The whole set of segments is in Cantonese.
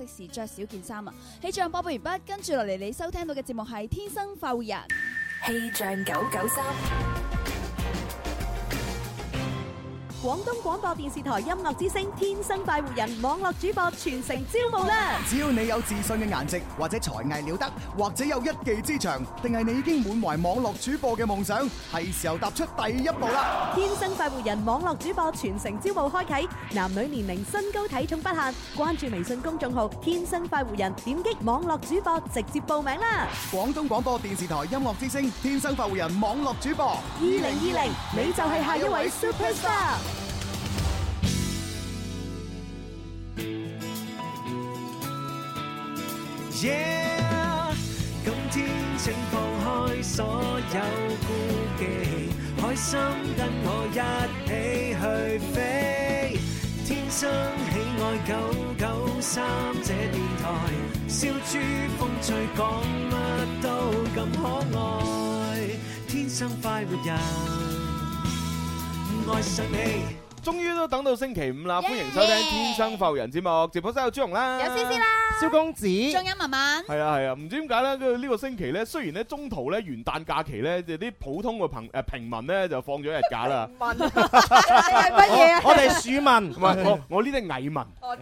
即時着少件衫啊！氣象播報完畢，跟住落嚟你收聽到嘅節目係《天生快活人》。氣象九九三，廣東廣播電視台音樂之聲《天生快活人》網絡主播全城招募啦！只要你有自信嘅顏值或者才藝了得，或者有一技之長，定係你已經滿懷網絡主播嘅夢想，係時候踏出第一步啦！天生快活人網絡主播全城招募開啟，男女年齡、身高體重不限。關注微信公眾號《天生快活人》，點擊網絡主播直接報名啦！廣東廣播電視台音樂之聲《天生快活人》網絡主播，二零二零，你就係下一位 superstar。 Yeah，今天請放開所有顧忌，開心跟我一起去飛。天生喜愛九九三這電台，笑豬風趣講乜都咁可愛，天生快活人，愛上你。終於都等到星期五啦，歡迎收聽《天生浮人》節目，直播室有朱紅啦，有詩詩啦，蕭公子，仲有文文。係啊係啊，唔知點解咧？呢個星期咧，雖然咧中途咧元旦假期咧，就啲普通嘅朋誒平民咧就放咗日假啦。乜嘢啊？哦我哋係庶民，唔係我我呢啲蟻民，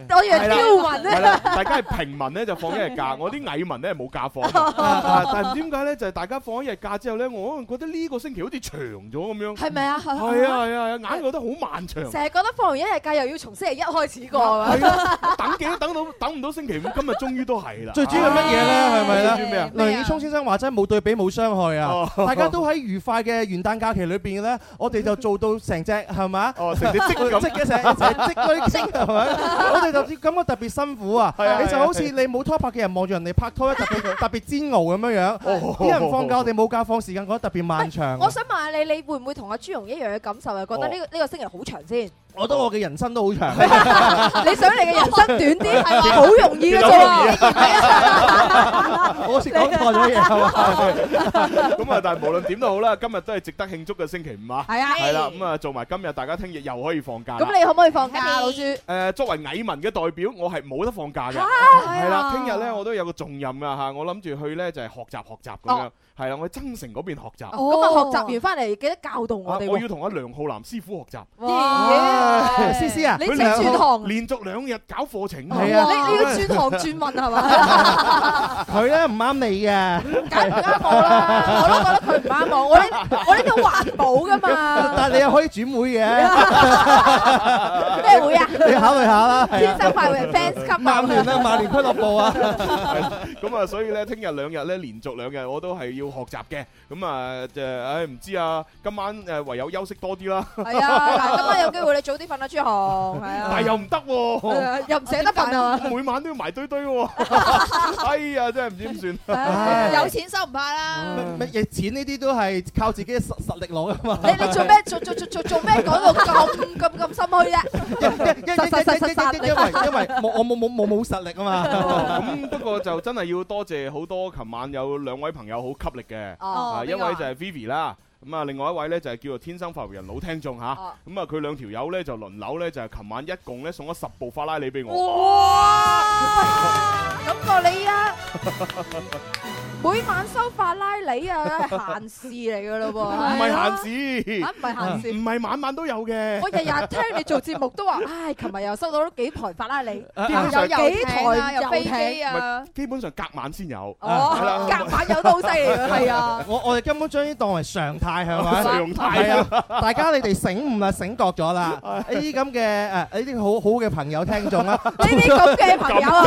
我以為啊刁民係咧。啦，大家係平民咧就放一日 假，我啲蟻民咧冇假放。啊但係唔知點解咧，就係大家放一日假之後咧，我覺得呢個星期好似長咗咁樣。係咪啊？係啊係啊，係啊硬覺得好漫長。成日覺得放完一日假又要從星期一開始過啊！係 啊，等幾都等到等唔到星期五，今日終於都係啦。最主要乜嘢咧？係咪最主要咧？咩啊？梁宇聰先生話齋冇對比冇傷害啊！哦大家都喺愉快嘅元旦假期裏邊咧，我哋就做到成隻係嘛？哦，成隻積 積咁。嘅成成積堆積啊 係咪？我哋就感覺特別辛苦啊！係啊你就好似係你冇拖拍嘅人望住人哋拍拖，特別特別煎熬咁樣樣。哦啲人放假，我哋冇假，放時間覺得特別漫長。啊我想問下你，你會唔會同阿朱容一樣嘅感受啊？覺得呢個呢個星期好長先，我覺得我嘅人生都好 長。 你想你嘅人生短啲，係好容易嘅啫喎。 我好似講錯 咗嘢係嘛？咁啊，但係無論點都好啦，今日都係值得慶祝嘅星期五啊！係啊，係啦，咁啊做埋今日，大家聽日又可以放假啦。咁你可唔可以放假，老朱？誒作為蟻民嘅代表，我係冇得放假嘅。係啦，聽日咧我都有個重任㗎嚇，我諗住去咧就係學習學習咁樣。係啦，我去增城嗰邊學習。咁啊，學習完翻嚟記得教導我哋啊我喎要。同阿梁浩南師傅學習， 哇思思啊，你佢整兩轉行，連續兩日搞課程。係啊你你要轉行轉運啊係嘛？佢咧唔啱你嘅。梗唔啱我啦，我都覺得佢唔啱我。我呢我呢度環保噶嘛，但你又可以轉會嘅，咩會啊？ 你考慮下啦。係天啊，生快活人 fans 級曼聯啊，曼聯俱樂 部啊，咁啊，所以咧，聽日兩日咧，連續兩日我都係要學習嘅。咁啊，就唉唔知啊，今晚誒唯有休息多啲啦，係啊，嗱，今晚有機會你早啲瞓啦，朱紅，係啊但係，又唔得喎。誒又唔捨得瞓 啊每晚都要埋堆堆喎，哎呀，真係唔知點算。嘛，有錢收唔怕啦。乜嘢錢呢啲都係靠自己嘅實實力攞噶嘛。你你做咩做做做做做咩講到咁 咁咁心虛啫？因因因因因因為因為冇我冇冇冇冇實力啊嘛。哦咁不過就真係要多謝好多，琴晚有兩位朋友好給力嘅，啊，哦一位就係 Vivi 啦。咁啊，另外一位咧就係叫做天生發福人老聽眾吓，咁哦啊佢兩條友咧就輪流咧就係琴晚一共咧送咗十部法拉利俾我，哇！咁過你啊，每晚收法拉利啊，閒事嚟噶咯唔喎，係閒事啊，，唔係閒唔事。係晚晚都有嘅我。日日聽你做節目都話，唉，琴日又收到幾台法拉利，啊又啊有幾台有遊艇，啊，基本上隔晚先有，係哦啦，隔晚有都好犀 利㗎，係啊。我我哋根本將呢當為常態係咪？常態係啊！大家你哋醒悟啦，醒覺咗啦！呢啲咁嘅誒，呢啲好好嘅朋友聽眾啦， 呢啲咁嘅朋友啊，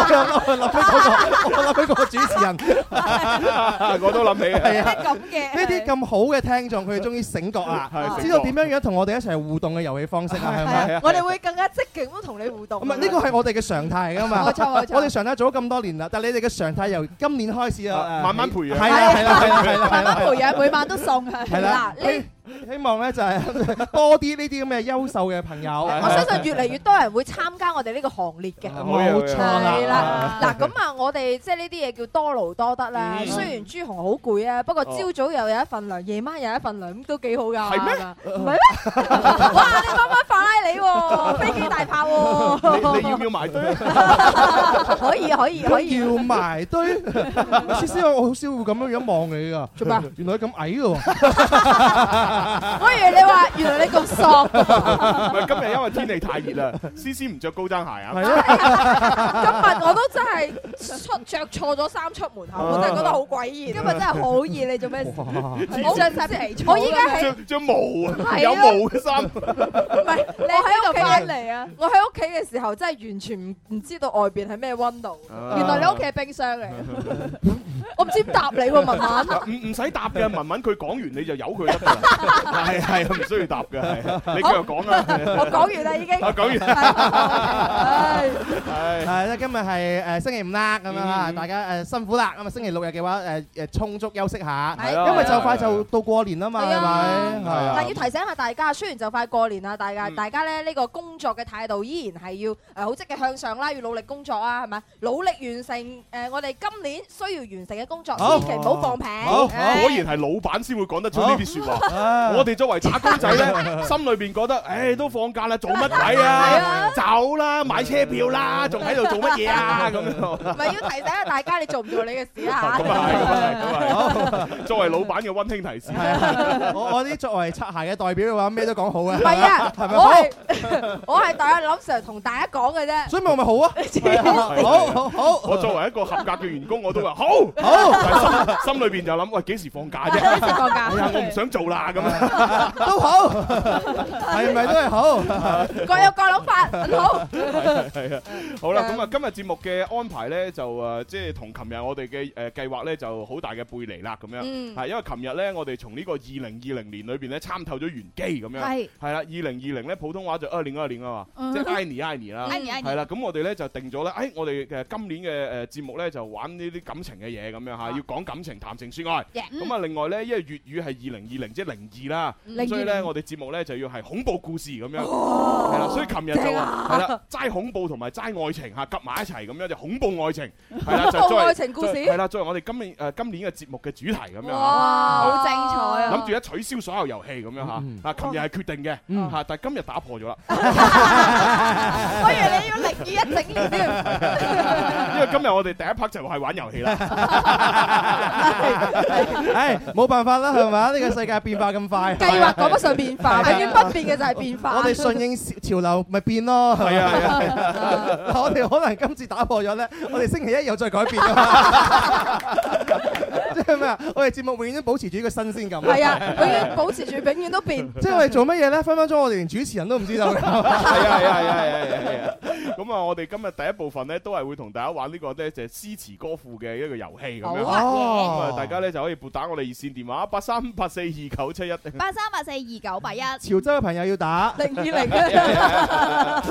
我諗起嗰個，我諗起嗰個主持人。 我都諗起啊。係啊，咁嘅呢啲咁好嘅聽眾，佢哋終於醒覺啦，係知道點樣樣同我哋一齊互動嘅遊戲方式啦，係咪？係啊，我哋會更加積極 咁同你互動。唔係呢個係我哋嘅常態嚟噶嘛？ 冇錯冇錯我哋常態做咗咁多年啦，但係你哋嘅常態由今年開始啊啊，誒慢慢培養係啦係啦係啦係啦係慢慢啦培養，每晚都送啊。係啦。嗱，呢希希望咧就係多啲呢啲咁嘅優秀嘅朋友。 啊我相信越嚟越多人會參加我哋呢個行列嘅。冇錯係啦。啊啦，嗱咁啊，我哋即係呢啲嘢叫多勞多得啦。啊。嗯雖然朱紅好攰啊，不過朝早又有一份糧，夜晚又有一份糧，咁都幾好㗎。哦係咩 嘛？唔係咩？哇！你講翻法拉 利喎，飛機大炮你你喎要唔，要埋堆？ 可以 可以可以。要埋 堆，思思我好少會咁樣樣望你噶。做咩？原來咁矮嘅喎，我以為哎你話原來你咁索㗎 喎，唔係今日因為天氣太熱啦，思思唔着高踭鞋啊。係啊，今日我都真係出着錯咗衫出門口，我真係覺得好詭 異。今日真係啊好 熱，你做咩？我着晒皮草，我依家喺着着毛啊，係有咯毛嘅衫，唔係你喺屋企嚟啊！我喺屋企嘅時候真係完全唔唔知道外邊係咩温度。原來你屋企係冰 箱 嚟，我唔知點答你喎，文文。唔唔使答嘅，文文佢講完你就由佢得㗎啦， 係係唔需要答嘅，係你繼續講 啦。我講完啦已經。啊講完，唉係係啦，今日係誒星期五啦，咁樣啊，嗯大家誒辛苦啦，咁啊星期六日嘅話誒誒充足休息下，係啦因為係啦就快係就啦到過年啦嘛，係係啊咪？係係啊啊但要 提醒下大家，雖然就快過年啦，大家嗯大家咧呢個工作嘅態度依然係要誒好積極向上啦，要努力工作啊，係咪？努力完成誒我哋今年需要完成嘅工作，好千祈唔好放平。好唉果然係老闆先會講得出呢啲説 話。啊我哋作為打工仔咧，心裏邊覺得，唉，都放假啦，做乜鬼啊？走啦，買車票啦，仲喺度做乜嘢 啊？咁樣。咪要提醒下大家，你做唔做你嘅事啦咁啊係，咁啊係，咁啊係。作為老闆嘅温馨提示，係啊我我啲作為擦鞋嘅代表嘅話，咩都講好啊唔，係 啊，係咪我係我係大家諗 Sir 同大家講嘅啫。所以咪我咪好啊，係啊好好好我作為一個合格嘅員工，我 都話好，好但係心心裏邊就諗，喂，幾時放假 啫？即係放假哎呀，我唔想做啦 咁樣。都好，係咪都係好？各有各諗法，好啊係啊，好啦，咁啊，今日節目嘅安排咧，就誒，即係同琴日我哋嘅誒計劃咧，就好大嘅背離啦，咁樣。嗯係因為琴日咧，我哋從呢個二零二零年裏邊咧參透咗玄機咁樣。係係啦，二零二零咧普通話就二零二零啊嘛，嗯即係 i n i i n i 啦。哎你哎你係啦，咁我哋咧就定咗咧，誒，我哋嘅今年嘅誒節目咧就玩呢啲感情嘅嘢咁樣嚇，要講感情、談情説愛。咁啊，另外咧，因為粵語係二零二零，即係零二啦，咁所以咧，我哋節目咧就要係恐怖故事咁樣，哦係啦，所以琴日就啊話係啦，齋恐怖同埋齋愛情嚇，夾埋一齊咁樣就恐怖愛 情，係啦，就恐怖作為愛情故事係啦，作為我哋今年誒今年嘅節目嘅主題咁樣嚇。哇，好精彩啊諗住一取消所有遊戲咁樣嚇，啊，琴日係決定嘅嚇，但係今日打破咗啦， 我以為你要零二一整年添， 因為今日我哋第一 part 就係玩遊戲啦。唉，冇辦法啦，係嘛？呢個世界變化咁快，計劃講不上變化，係啊永遠不變嘅就係變化。我哋順應潮流咪變咯，係係啊係啊啊，我哋可能今次打破咗咧，我哋星期一又再改變啊 嘛，即係咩啊？我哋節目永遠都保持住一個新鮮感。係啊，永遠保持住，永遠都變。即係我哋做乜嘢咧？分分鐘我哋連主持人都唔知道㗎。係啊係啊係啊係啊係啊係啊！咁啊，我哋今日第一部分咧，都係會同大家玩呢個咧就係詩詞歌賦嘅一個遊戲咁樣。好啊咁哦啊，大家咧就可以撥打我哋熱線電話八三八四二九七一。八三八四二九八一， 潮州嘅朋友要打。零二零啊，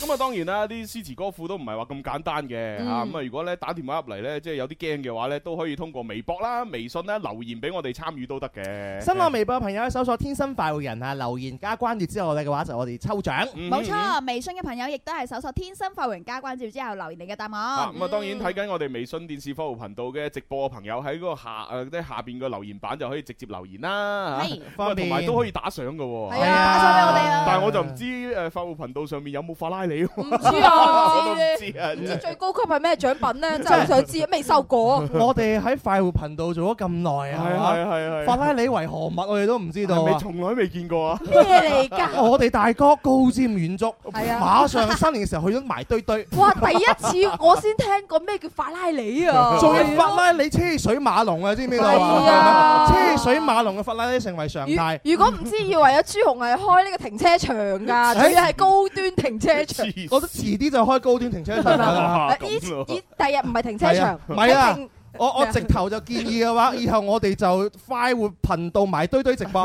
咁啊，當然啦，啲詩詞歌賦都唔係話咁簡單嘅啊。咁啊，如果咧打電話入嚟咧，即係有啲驚嘅話咧，都可以通過微博啦、微信啦留言俾我哋參與都得嘅。新浪微博嘅朋友搜索「天生快活人」啊，留言加關注之後咧嘅話就我哋抽獎。嗯 冇。錯。微信嘅朋友亦都係搜索天生快活人加關照之後留言你嘅答啊案。咁啊，當嗯然睇緊我哋微信電視科學頻道嘅直播嘅朋友喺嗰個下呃誒，即係下邊個留言板就可以直接留言啦。嚇係咁啊方同便埋都可以打賞嘅喎。係啊打賞俾我哋啊但係我就唔知誒法務頻道上面有冇法拉利喎，唔知啊， 我都唔唔知知啊。唔知最高級係咩獎品咧？真係好想知，未收過。我哋喺快活頻道做咗咁耐係啊係，係法係，拉利為何物我哋都唔知道係咪啊。從來未見過啊？咩嚟㗎？我哋大哥高瞻遠矚，係啊馬上新年嘅時候去咗埋堆堆，哇！第一次我先聽過咩叫法拉利啊！仲要法拉利車水馬龍啊！知唔知道係啊車水馬龍嘅法拉利成為常如態。如果唔知，以為阿朱紅係開呢個停車場㗎，仲要係高端停車場。黐線我都遲啲就開高端停車場㗎啦。啊誒以咁咯以第日唔係停車場，係啊唔係啊一定我我直頭就建議 嘅話，以後我哋就快活頻道埋堆堆直播，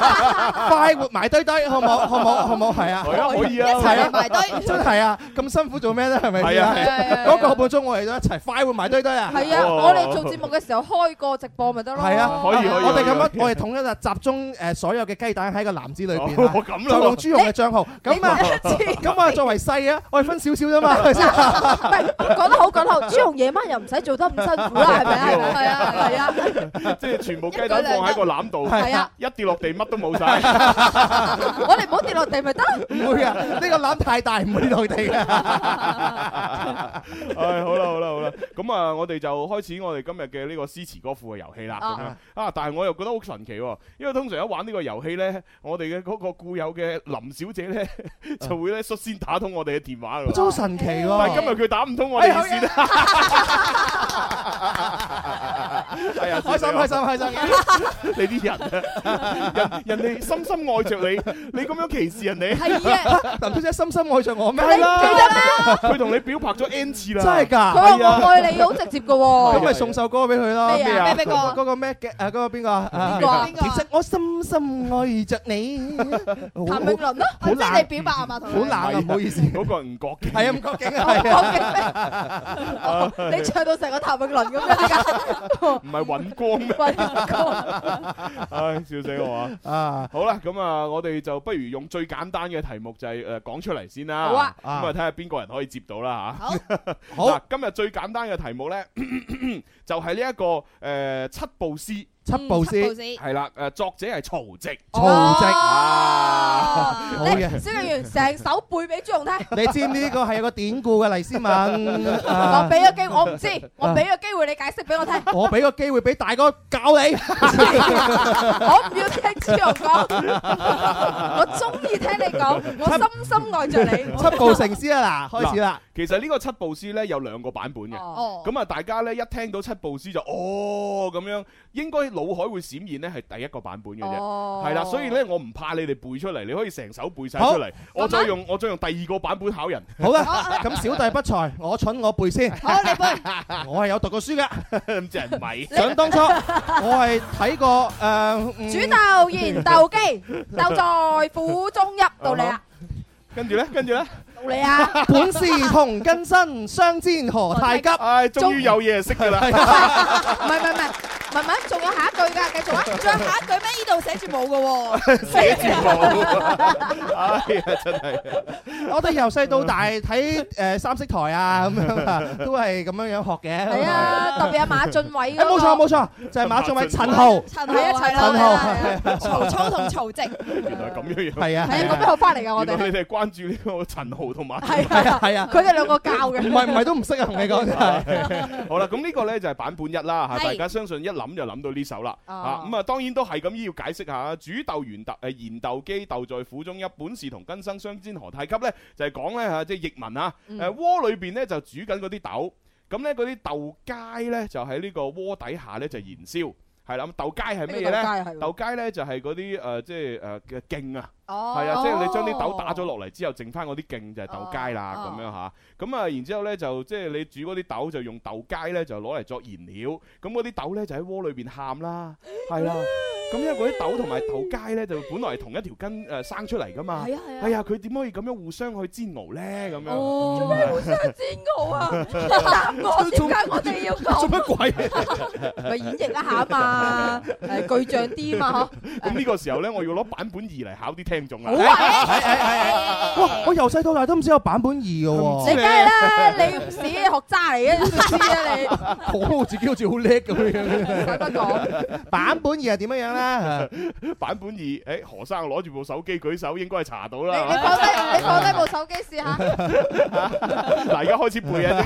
快活埋堆堆，好唔好？好唔好？好唔好？係啊，係啊可以啊係一齊埋堆真係啊！咁辛苦做咩咧？係咪？係啊係啊係啊嗰個半鐘我哋都一齊快活埋堆堆啊！係啊，哦我哋做節目嘅時候開個直播咪得咯。係啊，可以可以我哋咁可樣，我哋統一啊，集中誒所有嘅雞蛋喺個籃子裏邊啊哦咁啦就用朱紅嘅帳號。咁啊，咁啊，作為細啊，我哋分少少啫嘛。係咪先唔係講得好講得好， 朱紅夜晚又唔使做得咁辛苦啦，係咪啊？係啊係啊， 即係全部雞蛋放喺個籃度，係啊一跌落地乜都冇 晒。我哋唔好跌落地咪得。唔會啊，呢個籃太大，唔會落地 嘅。唉，好啦好啦好啦，咁啊，我哋就開始我哋今日嘅呢個詩詞歌賦嘅遊戲啦。咁樣啊，但係我又覺得好神奇喎，因為通常一玩呢個遊戲呢，我哋嘅嗰個固有嘅林小姐呢， 就會呢率先打通我哋嘅電話㗎真好喎。神奇但喎！係今日佢打唔通我哋熱線啦。係啊，開心開心開心 嘅。你啲人啊，人人哋深深愛着你，你咁樣歧視人哋，係啊， 林小姐深深愛着我咩？係啦你記得咩佢同你表白咗 N 次啦，真係佢㗎。啊話我愛你好直接嘅咁喎。咪送首歌俾佢咯。咩啊咩咩嗰歌？嗰個咩嘅？誒嗰個邊個啊？邊個啊其實我深深愛着你。譚詠麟咯，好即係你表白啊嘛，同好冷啊！唔好意思。嗰個人唔覺嘅。係啊，唔覺景啊，係啊。我講嘅 咩？你唱到成個譚詠麟咁樣㗎，唔係揾光咩？喂，哥唉，笑死我啊！啊，好啦，咁啊，我哋就不如用最簡單嘅題目就係誒講出嚟先啦。好啊咁啊睇下邊個人可以接到啦好，吓。好 嗱，今日最簡單嘅題目呢， 就係呢一個誒呃七步詩，七嗯步七步先，詩係啦，誒作者係曹植。曹哦植。啊好嚟嘅蕭敬元成手背俾朱紅聽，你知唔知呢個係有個典故嘅黎 思敏？我啊俾個機會，我唔知，我俾個機會你解釋俾我聽，我俾個機會俾大哥教你。 我唔要聽朱紅講， 我中意聽你講，我深深愛着你。 七步成詩 啊！嗱，開始啦。其實呢個七步詩呢，有兩個版本嘅。哦哦，咁啊，大家呢，一聽到七步詩就哦咁樣，應該腦海會閃現呢係第一個版本嘅啫。哦係啦，所以咧我唔怕你哋背出嚟，你可以成首背晒好出嚟，我啊再用我再用第二個版本考人。好啦，咁小弟不才，我蠢我背先。好你背。 我係有讀過書嘅， 咁即係咪？ 想當初我係睇過誒。嗯煮豆燃豆 萁，豆在釜中泣，到你啊，跟住咧，跟住咧，到你啊， 本是同根生，相煎何太急。唉，終於有嘢識㗎啦！唔係唔係唔係，文文仲有下一句㗎，繼續啊，仲有下一句咩？呢度寫住冇嘅 喎。寫字冇，唉哎呀，真係我哋由細到大睇誒三色台啊，咁 樣啊，都係咁樣樣學嘅。係啊，特別係馬俊偉嗰誒，個冇錯冇錯，就係馬俊偉、陳豪。陳係啊浩陳啦浩係陳啦豪係 啦曹操同曹植，原來咁樣樣。係啊，係啊，咁樣學翻嚟㗎，我原哋來係你哋係關注呢個陳豪同埋。係係啊啊，係啊，佢哋兩個教嘅，唔係唔係都唔識啊，同你講真係。好啦，咁呢個咧就係版本一啦嚇，係大家相信一諗就諗到呢首啦。哦啊，咁啊當然都係咁要解釋下，煮豆燃豆誒燃豆萁，豆在釜中泣，本是同根生，相煎何太急咧，就係講咧嚇，即係譯文啊。誒嗯鍋裏邊咧就煮緊嗰啲豆，咁咧嗰啲豆秸咧就喺呢個鍋底下咧就燃燒，係啦。咁豆秸係咩嘢咧？咧豆秸咧就係嗰啲誒即係誒嘅莖啊。哦係啊，即係你將啲豆打咗落嚟之後，剩翻嗰啲勁就係豆秸啦，哦咁樣吓。咁啊，然之後咧就即係你煮嗰啲豆就用豆秸咧就攞嚟作燃料，咁嗰啲豆咧就喺鍋裏邊喊啦，係啦。咁因為嗰啲豆同埋豆秸咧就本來係同一條根誒生出嚟噶嘛。係啊係啊，佢點可以咁樣互相去煎熬咧？咁樣嗯哦， 煎熬 啊！答我點解我哋要講？乜鬼？ 咪演繹一 下嘛，誒具象啲嘛，咁呢個時候咧，我要攞版本二嚟考啲聽眾啦。嗬？好 啊！ 哇！我由細到大都唔知有版本二嘅你喎，梗係啦，你唔使學渣嚟嘅，你知唔知啊你？我自己好似好叻咁樣。使乜講？版本二係點樣樣 咧？版本二，誒何生攞住部手機舉手，應該係查到你啦。你放低你放低部手機試下， 嗱，而家開始背 啊！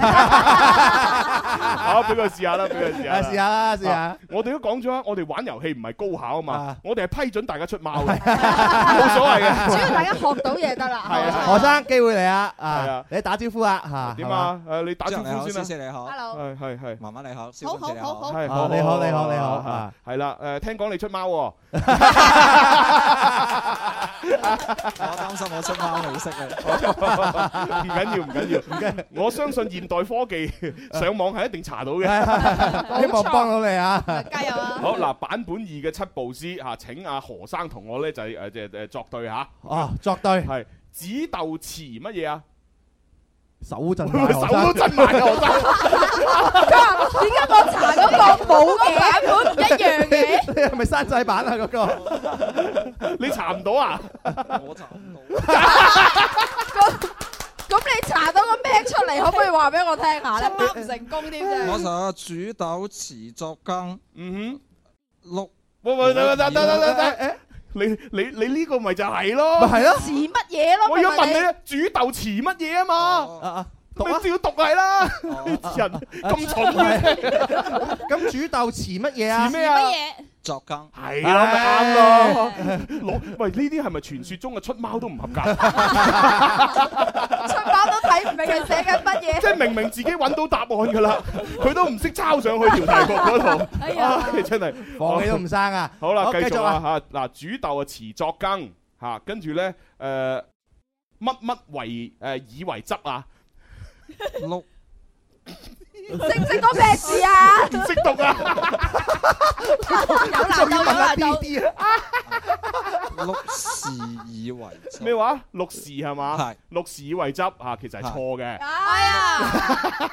好，俾佢試下啦，俾佢試下 啊啦。試下啦，試下。我哋都講咗啊，我哋玩遊戲唔係高考啊嘛啊，我哋係批准大家出貓 嘅，冇所謂嘅。只要大家學到嘢得啦。係啊何生機會嚟啊！係啊啊，你打招呼啊！嚇點？啊？誒，你打招呼朱紅你好，先啦。思思你好， Hello，係係係。文文你好，蕭好公子你好。好好好，係啊你好你好你好啊啊係啦，誒，聽講你出貓 喎，我擔心我出貓未識啊。啊 唔緊要唔緊要，我相信現代科技上網係一定定查到嘅。希望幫到你啊！加油啊！好嗱，版本二嘅七步詩嚇，請阿何生同我咧就係誒即係誒作對嚇，啊，作對係紫豆詞乜嘢啊？手震大 學手都生，震埋啊！何 生，嗯點解我查嗰個冇嘅版本唔一樣嘅？你 係咪山寨版啊？嗰個你查唔到啊？我查唔到。咁你查到個咩出嚟？可唔可以話俾我聽 啊下咧？媽唔成功添 我啫。查下煮豆持作羹，嗯哼，碌喂喂，等等等等等等，你你你呢個咪就係咪咯？係咯？似乜嘢咯？我而家問咪你咪咧，煮豆詞乜嘢啊嘛？啊啊！讀你啊！照讀係啦，哦人咁蠢嘅咁煮豆詞乜嘢啊詞？咩啊？乜嘢？作羹，係咯，咪啱咯。攞喂呢啲係咪傳説中嘅出貓都唔合 格？出貓都睇唔明佢寫緊乜嘢即。係明明自己揾到答案㗎啦，佢都唔識抄上去條題目嗰 度。哎呀，唉，真係放氣都唔生啊！好啦，好繼繼續續啦啊嚇。嗱，煮豆啊，遲作羹嚇，跟住咧誒乜乜為誒以為汁啊，碌識唔識嗰咩字啊？唔識讀啊，有難度，有難度。啲啊？碌是以為汁咩話六時係嘛係？六時以為汁嚇，其實係錯嘅。哎呀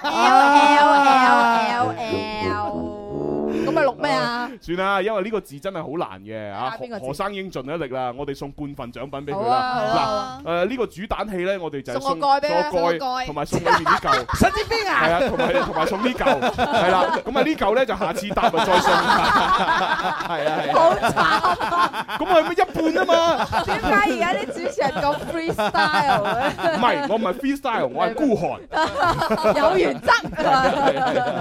啊！L L L，咁咪錄咩啊？ 算啦，因為呢個字真係好難嘅啊！邊個何字何生已經盡咗力啦，我哋送半份獎品俾好佢啊，好啦。嗱。啊，誒呢個煮蛋器咧， 我哋就係送送個蓋俾佢送個送個蓋同埋送裏面啲 嚿，神經病係啊！啊，同埋同埋送呢嚿，係啦。咁啊呢嚿咧就下次搭咪再 送，係啊係啊。好慘！咁我咪一半啊嘛，點解而家啲主持人咁 freestyle 唔係我唔係 freestyle，我係孤寒，嘅？ 有原則 啊！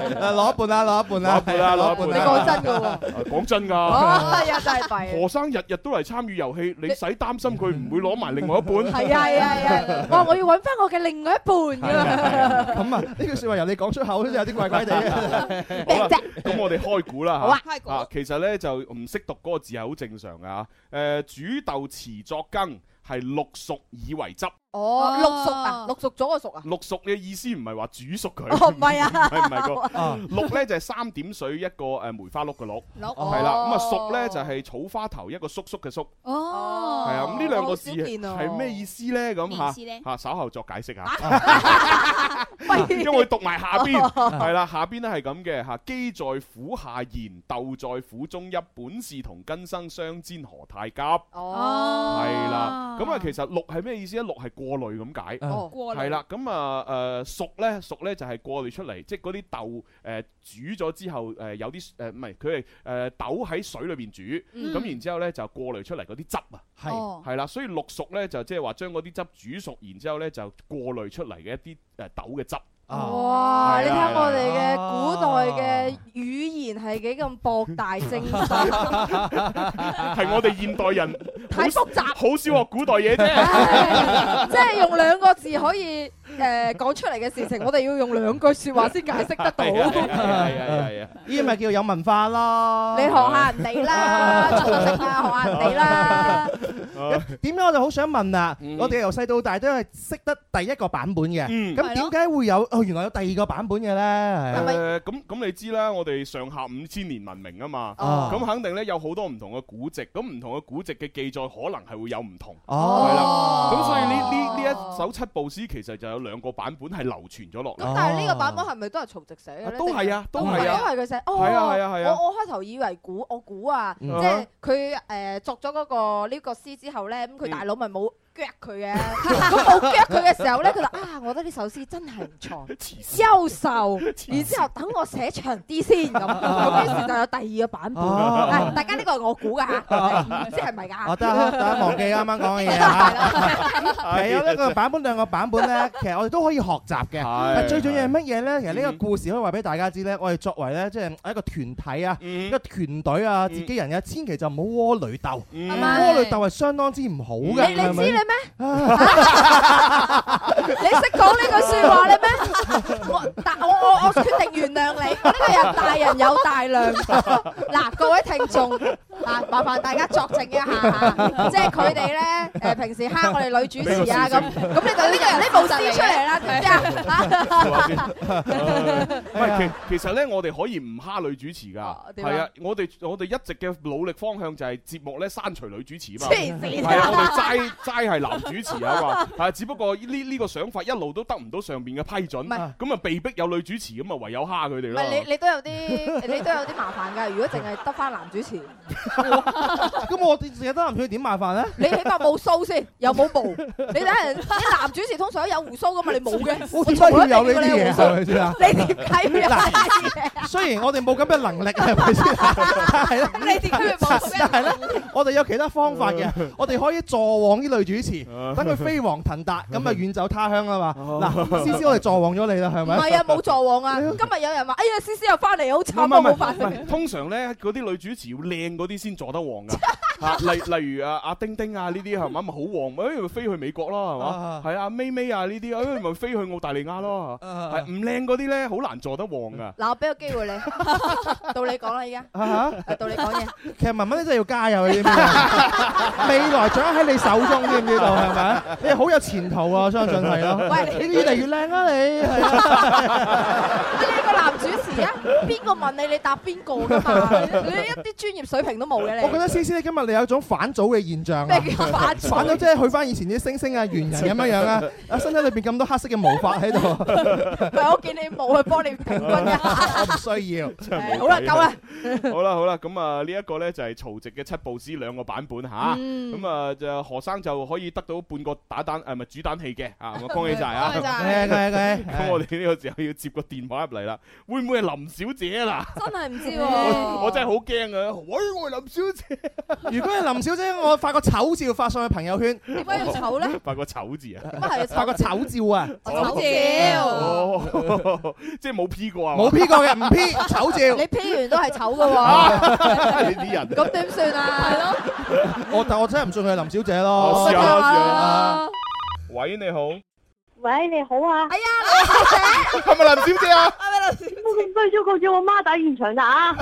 誒攞一半啦，攞一半啦，攞一半啦係攞一你半啦講真嘅喎，啊講真㗎。哦，哎呀，真係弊啊！何生日日都嚟參與遊戲，你使擔心佢唔會攞埋另外一半？ 係啊係啊係啊！哇，我要揾翻我嘅另外一半㗎嘛， 咁啊，呢句説話由你講出口都有啲怪怪地嘅。 好啦，咁我哋開估啦好啊嚇。啊，其實咧就唔識讀嗰個字係好正常㗎嚇。誒，煮豆持作羹係綠熟以為汁，哦，綠熟啊，綠熟咗個熟啊，綠熟嘅意思唔係話煮熟佢，哦，唔係 啊， 係唔係個？啊綠咧就係三點水一個誒梅花鹿嘅鹿，六哦係啦。咁啊熟咧就係草花頭一個叔叔嘅叔，係哦，啊。咁呢兩個字好少見啊係咩意思咧？咁咩意嚇思咧嚇稍後作解釋嚇，啊 喂哦因為讀埋下 邊係啦，下邊咧係咁嘅嚇，饑在苦下言，豆在苦中泣，本是同根生，相煎何太急。哦，係啦，咁啊其實綠係咩意思咧？綠係過濾咁解。哦，過嚟係，啦，咁啊誒熟咧，熟咧就係過濾出嚟，即係嗰啲豆誒、呃煮咗之後誒、呃有啲誒唔係佢係誒豆喺水裏邊煮，咁、嗯然之後咧就過濾出嚟嗰啲汁啊，係哦係啦，所以綠熟咧就即係話將嗰啲汁煮熟，然之後咧就過濾出嚟嘅一啲誒豆嘅汁，啊，哇！你哦係啊哦啦睇我哋嘅古代嘅語言係幾咁博大精 深，係我哋現代人太複雜，好少學古代嘢啫。唉即係用兩個字可以誒講出嚟嘅事情，我哋要用兩句説話先解釋得到。係啊係啊係啊係啊！呢啲咪叫有文化咯。你學下人 哋 啦，曹植啊，學下人哋啦。點解我哋好想問啊？嗯我哋由細到大都係識得第一個版本嘅，嗯咁點解會有哦？原來有第二個版本嘅誒咧？咁咁你知啦，我哋上下五千年文明啊嘛，哦咁肯定咧有好多唔同嘅古籍，咁唔同嘅古籍嘅記載可能係會有唔同。係啦哦，咁所以呢呢呢一首七步詩其實就有兩個版本係流傳咗落嚟，咁但係呢個版本係咪都係曹植寫嘅咧？都係哦啊，都都係係啊，因為佢寫，哦，係啊係啊係啊我我開頭以為估，我估啊，即嗯係佢誒作咗嗰個呢個詩之後咧，咁佢大佬咪冇腳佢嘅，咁冇腳佢嘅時候咧，佢就啊，我覺得呢首詩真係唔錯，黐線優秀，然之後等我寫長啲先咁，咁於是就有第二個版本。哦啊大家呢個係我估㗎嚇，唔知係咪我㗎？哦得 啦，大家忘記啱啱講嘅嘢 係啊。啦，哎係有一個版本、兩個版本咧，其實我哋都可以學習嘅。但係嗯最重要係乜嘢咧？其實呢個故事可以話俾大家知咧，我哋作為咧即係一個團體啊。一嗯個團隊啊，嗯自己人啊，千祈就唔好窩裏鬥，嗯係咪窩裏鬥係相當之唔好嘅，你你知係你咪咩？你識講呢句説話咧咩？我但我我我決定原諒你，呢個人大人有大量。嗱，各位聽眾，嗱，麻煩大家作證一下嚇，即係佢哋咧誒平時蝦我哋女主持啊咁，咁你就要人呢部撕出嚟啦，知唔 知 啊？係咪先唔係，其其實咧，我哋可以唔蝦女主持㗎，哦點啊係啊，我哋我哋一直嘅努力方向就係節目咧刪除女主持嘛。黐線係啊，我哋齋齋係男主持啊嘛， 係啊只不過呢呢個想法一路都得唔到上邊嘅批准，唔係咁啊被逼有女主持，咁啊唯有蝦佢哋唔咯係。你你都有啲你都有啲麻煩㗎，如果淨係得翻男主持，你 咁我哋成日得男佢點麻煩咧？起碼冇須先，又冇毛，你睇人啲男主持通常都有胡鬚㗎嘛，你冇嘅，我點解要有呢啊我從來未見過你有胡啲嘢啊鬚係咪先啊？你點解要有呢啲嘢？雖然我哋冇咁嘅能力，係咪先？ 但係咧，咁你點解要冇咁嘅 但係咧，我哋有其他方法嘅，我哋可以助往呢類主持，等佢飛黃騰達，咁啊遠走他鄉啊嘛。嗱，思思，我哋助往咗你啦，係唔咪？係啊，冇助往啊！今日有人話：哎呀，思思又翻嚟，好慘唔啊，冇係唔係飯唔係，食。通常咧嗰啲女主持要靚嗰啲先做得旺㗎。嚇，例例如啊阿丁丁啊呢啲係咪咪好旺？誒咪飛去美國咯係嘛啊？係啊，咪咪啊呢啲，誒咪飛去澳大利亞咯。係係唔靚嗰啲咧，好難做得旺㗎。嗱，我俾個機會你， 到你講啦，而家 啊哈！啊 到你講嘢。其實文文你真係要加油，你知唔知 啊？未來掌握喺你手中，知唔知道係咪？你好有前途啊，我相信係咯。喂你 越嚟越靚 啊，你係啊！呢個男主持啊，邊個問你，你答邊個㗎 嘛？你一啲專業水平都冇嘅你。我覺得思思咧今日你有一種反組嘅現象啊！咩叫反反咗即係去翻以前啲星星啊、猿人咁樣 樣啊，啊身體裏邊咁多黑色嘅毛髮喺度，唔係我見你冇去幫你平均一下。我唔 需要。誒好啦，夠啦。好啦好啦，咁啊呢一個呢就係曹植嘅七步詩兩個版本吓，嗯咁啊就何生就可以得到半個打蛋誒咪主蛋器嘅 啊，咁啊恭喜晒啊！真誒佢 佢咁我哋呢個時候要接個電話入嚟啦，會唔會係林小姐 啊係唔知嗱？喎。我真係好驚啊！喂，我係林小姐，如果係林小姐，我發個醜照發上去朋友圈，點解要醜咧？ 發個醜字啊！乜係發個醜照啊， 醜哦， 即係冇 P 過啊？冇 P 過嘅， 唔 P 醜照？照。你 P 完都係醜 嘅喎，你啲人咁點算啊？哦係咯，我但我真係唔信佢係林小姐我咯啊試。下得啦啦。 喂，你好，喂，你好啊！哎呀，你小姐。係咪林小姐啊？我不如告知我媽打現場啦啊！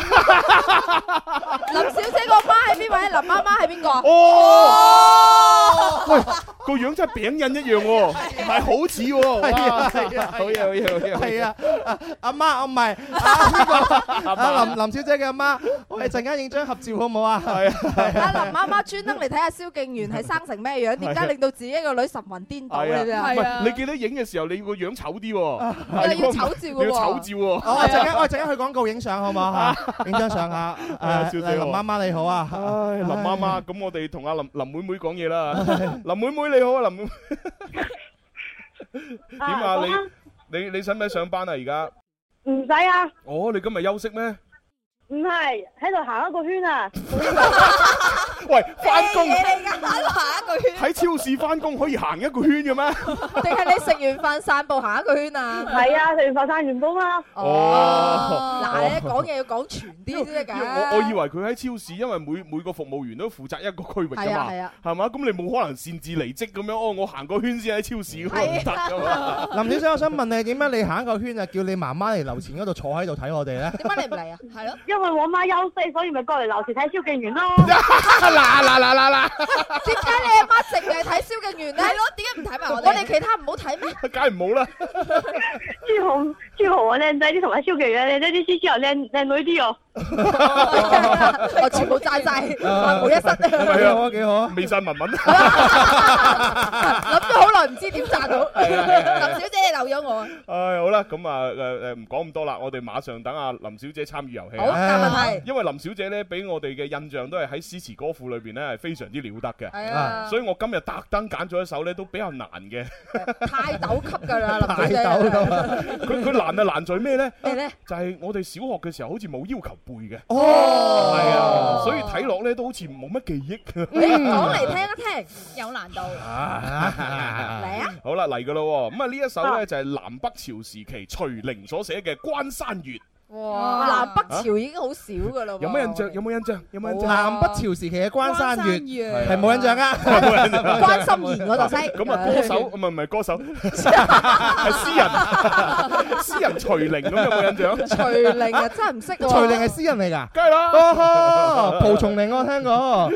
林小姐個媽喺邊位？林媽媽係邊 個？哦，喂，個樣真係餅印一樣喎，係好似喎，哇係啊係啊 好嘢好嘢好嘢，係啊，啊阿媽，我唔係啊呢個啊林林小姐嘅阿媽，我哋陣間影張合照好唔好啊？係啊阿林媽媽專登嚟睇下蕭敬元係生成咩樣，點解令到自己個女神魂顛倒係啊你知啊？唔係你記得影嘅時候，你個樣醜啲喎，又如果要唔醜照嘅要醜喎。照喎。啊我陣間我陣間去廣告影相好唔好啊？影張 相啊！啊誒小林姐喎媽媽你好啊！唉，林媽媽，咁我哋同阿林林妹妹講嘢啦。林妹妹你好啊，林妹妹，點點啊你你你使唔使上班啊？而家？你唔使啊，哦，你今日休息咩？唔係喺度行一個圈啊！喂，翻工下一個圈，喺超市翻工可以行一個圈嘅咩？ 定係你食完飯散步行一個圈啊？係啊，食完飯散完工啦。哦嗱，你講嘢要講全啲先得㗎。我我以為佢喺超市，因為每每個服務員都負責一個區域係㗎啊嘛，係啊，係嘛？咁你冇可能擅自離職咁樣，哦，我行個圈先喺超市咁啊樣唔得 㗎嘛？林小姐，我想問你點解你行一個圈啊，叫你媽媽嚟樓前嗰度坐喺度睇我哋咧？點解你唔嚟 啊？係咯，因為我媽休息，所以咪過嚟樓前睇蕭敬元咯。 嗱嗱嗱嗱點解你阿媽淨係睇蕭敬元咧？係咯，點解唔睇埋我哋？我哋其他唔好睇咩？嗱，梗係唔好啦。朱紅，朱紅我靚仔啲，同埋蕭敬元靚仔啲，思思又靚靚女啲哦。我全部 讚晒，萬無一失。係啊幾好啊！未晒 文文，諗咗好耐，唔知點讚到。 係啊係啊係啊林小姐，你留咗我啊。 唉，好啦，咁啊，誒誒，唔講咁多啦，我哋馬上等阿林小姐參與遊戲好，啊。答問題。因為林小姐咧，俾我哋嘅印象都係喺詩詞歌賦裏邊咧係非常之了得嘅，係啊，所以我今日特登揀咗一首咧都比較難嘅。泰斗級㗎啦，林小大姐。豆咁啊！佢佢難啊難在咩咧？咩咧？就係我哋小學嘅時候好似冇要求背嘅，哦，係啊，所以睇落咧都好似冇乜記憶。你講嚟聽一聽，有難度。嚟啊！好啦，嚟噶啦喎，咁啊呢一首咧就係南北朝時期徐陵所寫嘅《關山月》。哇！南北朝已經好少噶啦喎，有冇印象？有冇印象？有冇印象？南北朝時期嘅關山月係啊係冇印象啊？關心妍 Ờ, 嗰度西。咁啊，歌手唔係唔係歌手，係 詩人，詩人徐玲咁有冇印象？徐令啊，真係唔識喎。徐令係詩人嚟㗎。 梗係啦，哦呵，蒲松齡我 聽過，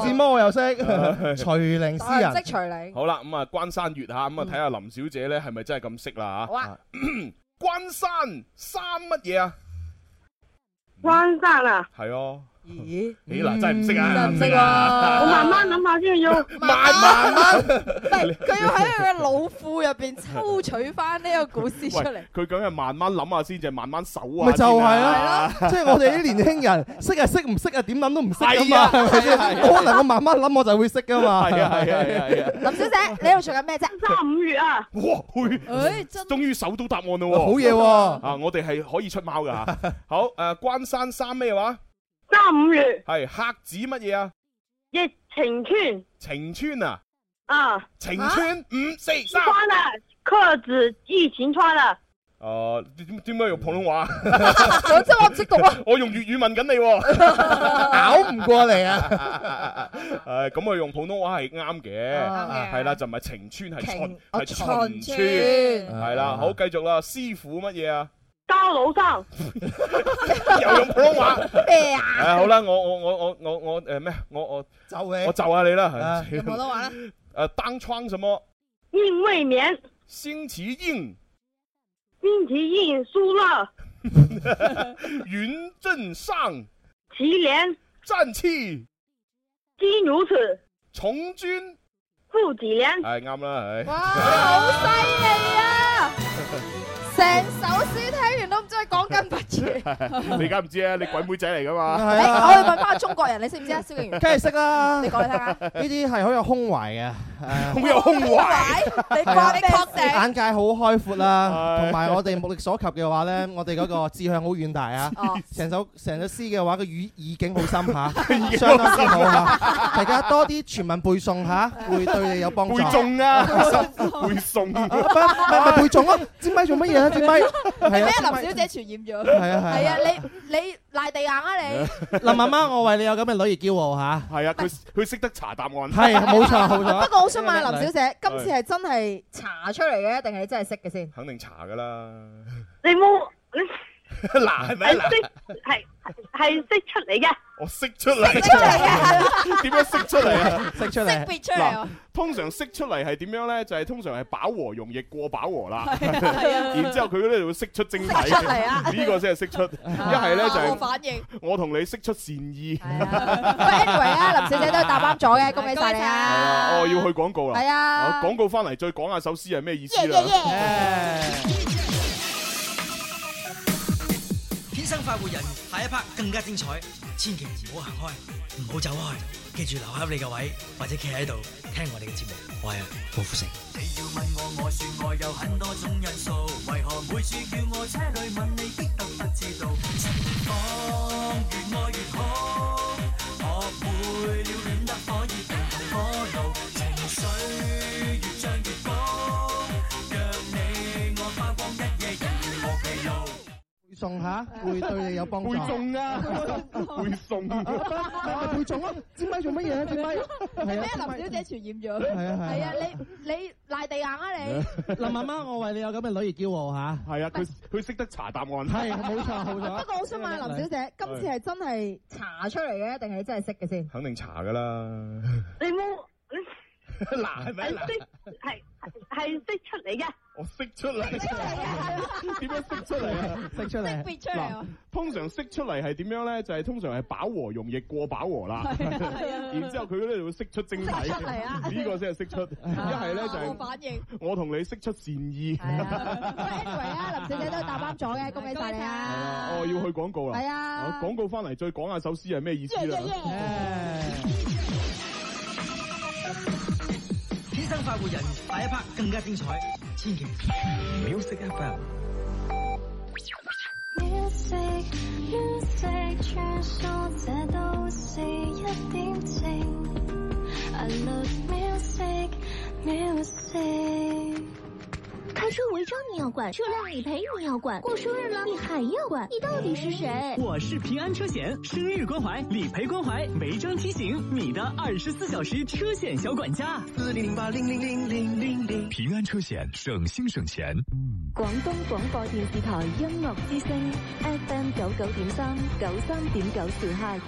徐志摩我又識，徐令我詩係唔人識。徐令。好啦，咁啊關山月吓，咁啊睇下林小姐咧係咪真係咁識啦 好啊，吓？ 關山山乜嘢啊？關山啊！係哦，咦？咦嗱真係唔識啊，真係唔識喎。我 慢慢諗下先要。慢慢慢。唔係，佢要喺佢嘅腦庫入 邊抽取翻呢個古詩出嚟喂，。佢梗係慢慢諗下先，就係慢慢搜啊。咪就係係啊啦， 即係我哋啲年輕人 識係識，唔識啊點諗都唔識㗎係嘛，啊係咪先？可能我慢慢諗我就會識㗎嘛。係啊係啊係啊 係啊！林小姐，你喺度做緊咩啫？三五月啊，哇，去，诶，哎真終於搜到答案啦哇好喎！嘢喎！啊，我哋係可以出貓噶吓。 好，誒，關山三咩話？三五月係客子乜嘢啊？疫情村晴川啊，啊，晴川五四三。穿了克子疫情穿了，哦，點點解用普通 話？我真係我唔識讀啊！ 我用粵語問緊你喎。 拗唔過嚟啊！ 誒，咁我用普通話係啱嘅，係啦，就唔係晴川係瓊哦秦係秦川。係啊啦，好，繼續啦。師傅乜嘢啊？高樓上 又用普通話。咩誒啊？好啦，我我我我我我誒咩？我我就你我就下你啦啊。誒普通話咧，誒，當窗什麼？硬未眠，星期應星期一 输了云正上祁连戰氣金如此，重軍。富几连係啱啦，係哇，好犀利啊！成首詩聽完都唔知佢講緊乜 嘢。你而家唔知啊，你鬼妹仔嚟噶嘛？係誒，啊，我哋問翻個中國人，你識唔識啊？蕭敬元，梗係識啦。你呢講嚟聽下。啲係好有胸懷嘅。誒好有胸懷，你關你確定？眼界好開闊啦，係同埋我哋目力所及嘅話咧，我哋嗰個志向好遠大啊！哦，成首成首詩嘅話，個語意境好深 嚇，相當之好嚇。大家多啲全民背誦嚇，會對你有幫助。背中啊，背送。啊，咪咪背誦咯！支咪做乜 嘢啊？支咪係啊，係林小姐傳染咗。係啊係係啊！啊，你你賴地硬啊你！ 林媽媽，我為你有咁嘅女兒驕傲嚇。係啊，佢佢識得查答案。係冇錯冇錯。不過我想問下林小姐，今次係真係查出嚟嘅，定係你真係識嘅先？肯定查噶啦。 你冇你嗱，係咪係嗱？識係係識出嚟嘅，我識出嚟，啊 點樣識出嚟啊？食出嚟。別出嚟啊！通常識出嚟係點樣咧？就係通常係飽和溶液過飽和啦， 然之後佢嗰啲就會釋出晶體，啊識出嚟啊呢個先係釋出。一係咧就冇係反應，我同你釋出善意。係啊，不過 anyway 啊，林小姐都答啱咗嘅，恭喜晒你係啊，啊！哦，要去廣告啦。係啊啊，廣告翻嚟再講下首詩係咩意思啦。天生快活人，下一 part 更加精彩，千祈唔好行開，唔好走開，記住留喺你嘅位，或者企喺度聽我哋嘅節目。我係郭富城。背誦下，會對你有幫助。背誦啊，背誦。咪背誦咯，支咪做乜嘢啊？支咪係啊，咩林小姐傳染咗？係啊係係啊，你你賴地硬啊你！林媽媽，我為你有咁嘅女兒驕傲嚇。係啊，佢佢識得查答案。係冇 錯冇不錯。過我想問啊下林小姐，今次係真係查出嚟嘅，定係你真係識嘅先？肯定查噶啦。你冇你 嗱，係咪係嗱？識係係識出嚟嘅，我釋出嚟，啊點樣釋出嚟啊？食出嚟，別出嚟啊！通常釋出嚟係點樣咧？就係、通常係飽和溶液過飽和啦，啊然之後佢嗰度會釋出晶體，釋出嚟啊呢個先係釋出。一係咧就啊冇係反應，我同你釋出善意。係啊，不過 anyway 啊，林小姐都答啱 咗嘅，恭喜晒你係啊啊！哦，要去廣告啦。係好啊，廣告翻嚟再講下首詩係咩意思啦。天生快活人，下一 part 更加精彩，千祈唔好 Music FM。 music music 穿梭，這都是一點情。I love music music。聽开车违章你要管，车辆理赔你要管，过生日了你还要管，你到底是谁？我是平安车险生日关怀、理赔关怀、违章提醒，你的二十四小时车险小管家。四零零八零零零零零零。平安车险，省心省钱。广东广播电视台音乐之声 FM 九九点三九三点九兆赫。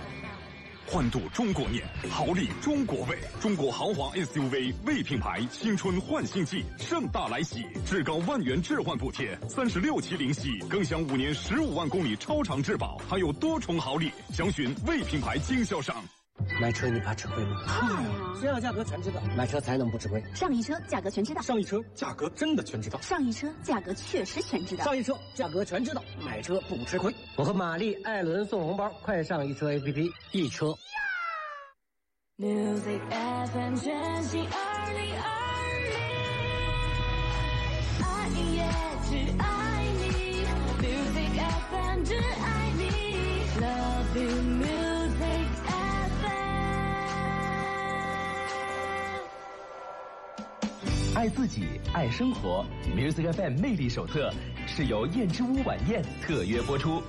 欢度中国年，豪利中国味。中国豪华 SUV 魏品牌新春焕新季盛大来袭，至高万元置换补贴，三十六期零息，更享五年十五万公里超长质保，还有多重豪礼。详询魏品牌经销商。买车你怕吃亏吗？车辆价格全知道，买车才能不吃亏。上一车价格全知道，上一车价格真的全知道，上一车价格确实全知道，上一车价格全知道，买车不吃亏。我和玛丽、艾伦送红包，快上一车 APP，一车。 Music FM 全新二零二零，爱音乐只爱你，Music FM 只爱你，Love you Music FM。爱自己，爱生活。Music FM 魅力手册是由燕之屋晚宴特约播出。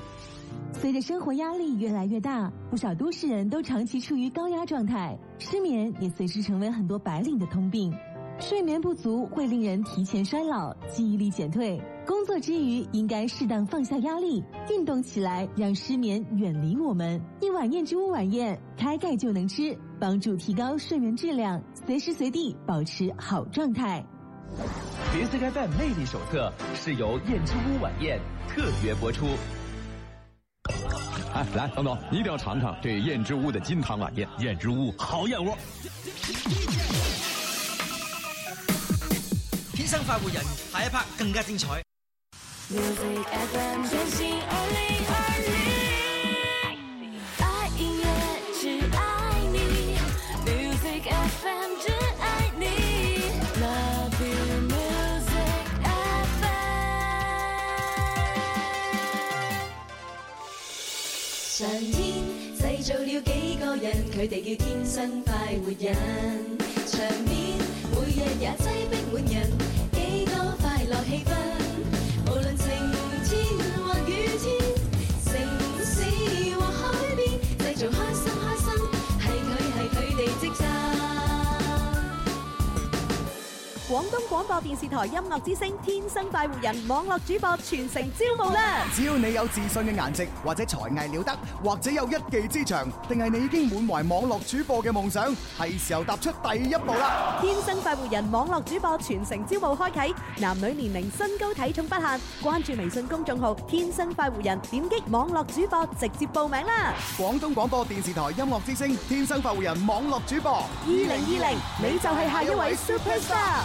随着生活压力越来越大，不少都市人都长期处于高压状态，失眠也随之成为很多白领的通病。睡眠不足会令人提前衰老、记忆力减退。工作之余应该适当放下压力，运动起来，让失眠远离我们。一碗燕之屋晚宴，开盖就能吃，帮助提高睡眠质量，随时随地保持好状态。 Music FM 魅力手册是由燕之屋晚宴特约播出。哎，来，唐总，你一定要尝尝这燕之屋的金汤晚宴。燕之屋好燕窝。天生快活人，下一 part 更加精彩。 Music FM 全新二零二零，爱音乐只爱你，Music FM 只爱你，Love you Music 上天製造了幾個人，佢哋叫天生快活人。場面每日也擠逼滿人，幾多快樂氣氛。無論晴天或雨天，城市或海邊，製造開心開心，係佢係佢哋職責。廣東廣播電視台音樂之聲《天生快活人》網絡主播全城招募啦！只要你有自信嘅顏值或者才藝了得，或者有一技之長，定係你已經滿懷網絡主播嘅夢想，係時候踏出第一步啦！天生快活人網絡主播全城招募開啟，男女年齡身高體重不限。關注微信公眾號「天生快活人」，點擊網絡主播直接報名啦！廣東廣播電視台音樂之聲《天生快活人》網絡主播，二二零二零，你就係下一位 superstar。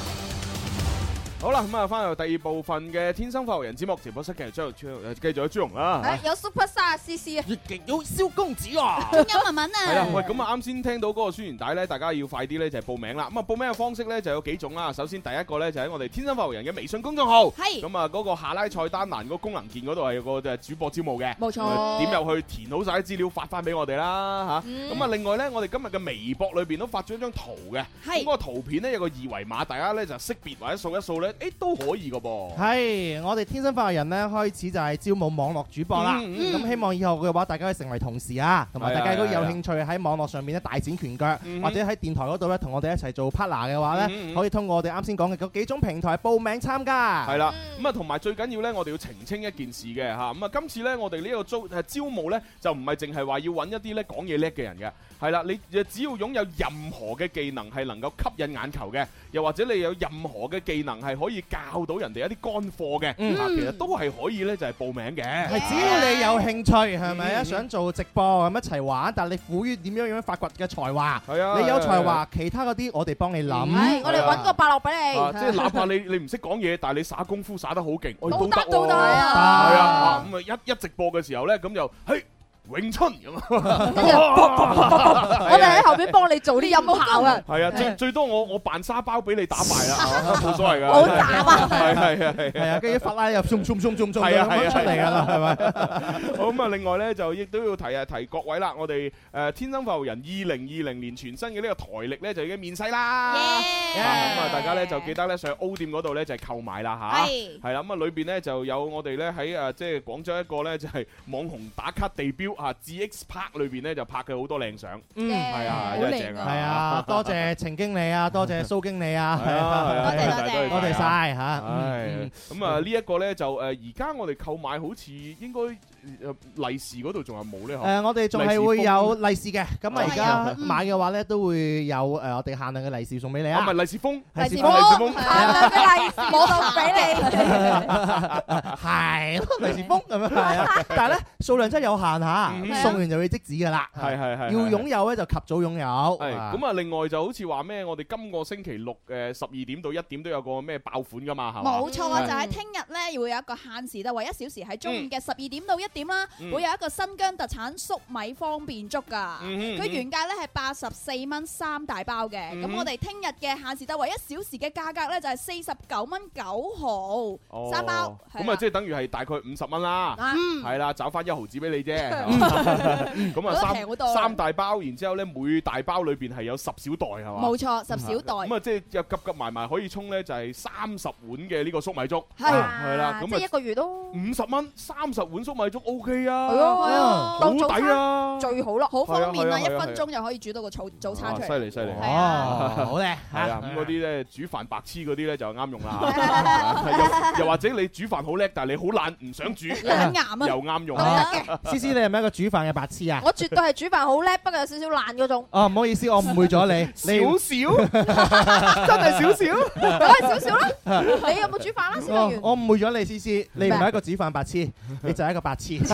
好啦，咁啊，翻嚟第二部分嘅《天生發育人》節目直播室，繼續張張，誒繼續有朱容啦。誒有 Super Star C C 啊，亦有蕭公子啊仲有文文啊，係啦，喂，咁啊，啱先聽到嗰個宣傳帶咧，大家要快啲咧就係報名啦。咁啊，報名嘅方式咧就有幾種啦。啊首先第一個咧就喺我哋天生發育人嘅微信公眾號，係咁啊，嗰個下拉菜單欄嗰個功能鍵嗰度係有個誒主播招募嘅，冇錯誒點入去填好晒啲資料發翻俾我哋啦嗯嚇。咁啊，另外咧，我哋今日嘅微博裏邊都發咗一張圖嘅，係咁個圖片咧有個二維碼，大家咧就識別或者掃一掃咧，誒都可以嘅噃。係，我哋天生快活人呢，開始就係招募網絡主播啦。嗯嗯咁希望以後嘅話，大家可以成為同事啊，同埋係啊大家如果有係啊興趣喺網絡上面咧大展拳腳，嗯或者喺電台嗰度咧同我哋一齊做 partner 嘅話嗯嗯呢，可以通過我哋啱先講嘅嗰幾種平台報名參加。係啦，咁啊同埋最緊要呢，我哋要澄清一件事嘅嚇，咁啊今次呢，我哋呢個招誒招募呢，就唔係淨係話要揾一啲呢講嘢叻嘅人嘅，係啦，你只要擁有任何嘅技能係能夠吸引眼球嘅，又或者你有任何嘅技能係可以教到人哋一啲乾貨嘅，嗯啊其實都係可以呢，就係報名嘅，係只要你有興趣係咪啊？想做直播咁一齊玩，但你苦於點樣樣發掘嘅才華，係啊你有才華，其他嗰啲我哋幫你諗係。我哋揾個伯樂俾啊你，即係哪怕你你唔識講嘢，但係你耍功夫耍得好勁，哎都都得得都得係啊啊，啊咁啊一一直播嘅時候呢，咁就嘿。咏春咁跟住 我哋喺後邊幫你做啲音效 啊！系啊，最最多我我扮沙包俾你打敗啦，係嘛冇所謂㗎。好打雜啊！係係係係啊，跟住法拉又鬆鬆鬆鬆鬆係啊係咁啊出嚟㗎啦，係咪？好咁啊！另外咧就亦都要提啊提各位啦，我哋誒天生發育人二零二零年全新嘅呢個台歷咧就已經面世啦。啊咁啊，大家咧就記得咧上 O 店嗰度咧就係購買啦吓，係係啦，咁啊裏邊咧就有我哋咧喺誒即係廣州一個咧就係網紅打卡地標啊 GX Park 裏邊咧就拍嘅好多靚相。嗯係啊，真係正啊！係啊，多謝程經理啊，多謝蘇經理啊，係啊係啊多謝多謝晒嚇。唉嗯咁啊呢一個咧就誒而家我哋購買好似應該誒利是嗰度仲有冇咧？誒，我哋仲係會有利是嘅，咁啊而家嗯買嘅話咧都會有誒我哋限量嘅利是送俾你啊。啊唔係利是封，利是利是封，封係啊啊利是冇到俾你。 係咯利是封咁樣係啊， 但係咧數量真係有限嗯嚇，送完就會即止㗎啦。係係係要係擁有咧就及早擁有。係啊咁啊！另外就好似話咩，我哋今個星期六誒十二點到一點都有個咩爆款噶嘛，嗯係嘛？冇錯啊，係就嗯喺聽日咧會有一個限時特惠一小時，喺中午嘅十二點到一點啦，嗯會有一個新疆特產粟米方便粥㗎。嗯哼佢原價咧係八十四蚊三大包嘅，嗯咁我哋聽日嘅限時特惠一小時嘅價格咧就係四十九蚊九哦毫三包。咁啊，即係等於係大概五十蚊啦，嗯係啦，找翻一毫子俾你啫。係嘛咁覺得平好啊，多啊三三大包，然之後咧每大包裏邊係有十小袋係嘛？冇錯10小袋咁啊，即係又夾夾埋埋可以沖咧就係三十碗嘅呢個粟米粥，係啊係啦，咁即係一啊個月咯，五十蚊三十碗粟米粥 OK 啊，係哎咯係哦啊好當早餐抵啊！最好咯，好方便啊！一係啊係啊係啊分鐘就可以煮到個早早餐哇出啊犀嚟。利犀利，係啊哦好咧 係啊，咁嗰啲咧煮飯白痴嗰啲咧就啱用啦， 又又或者你煮飯好叻，但係你好懶，唔想煮，又懶癌啊又啱用啊思思，你係咪一個煮飯嘅白痴啊？我絕 對係煮飯好叻，不過有少少爛嗰種。哦，唔好意思，我誤會咗 你。少 少，真係少少，梗係少少啦。 你有冇煮飯啦，小我明我誤會咗你，思思，你唔係一個煮飯白痴，你就係一個白痴。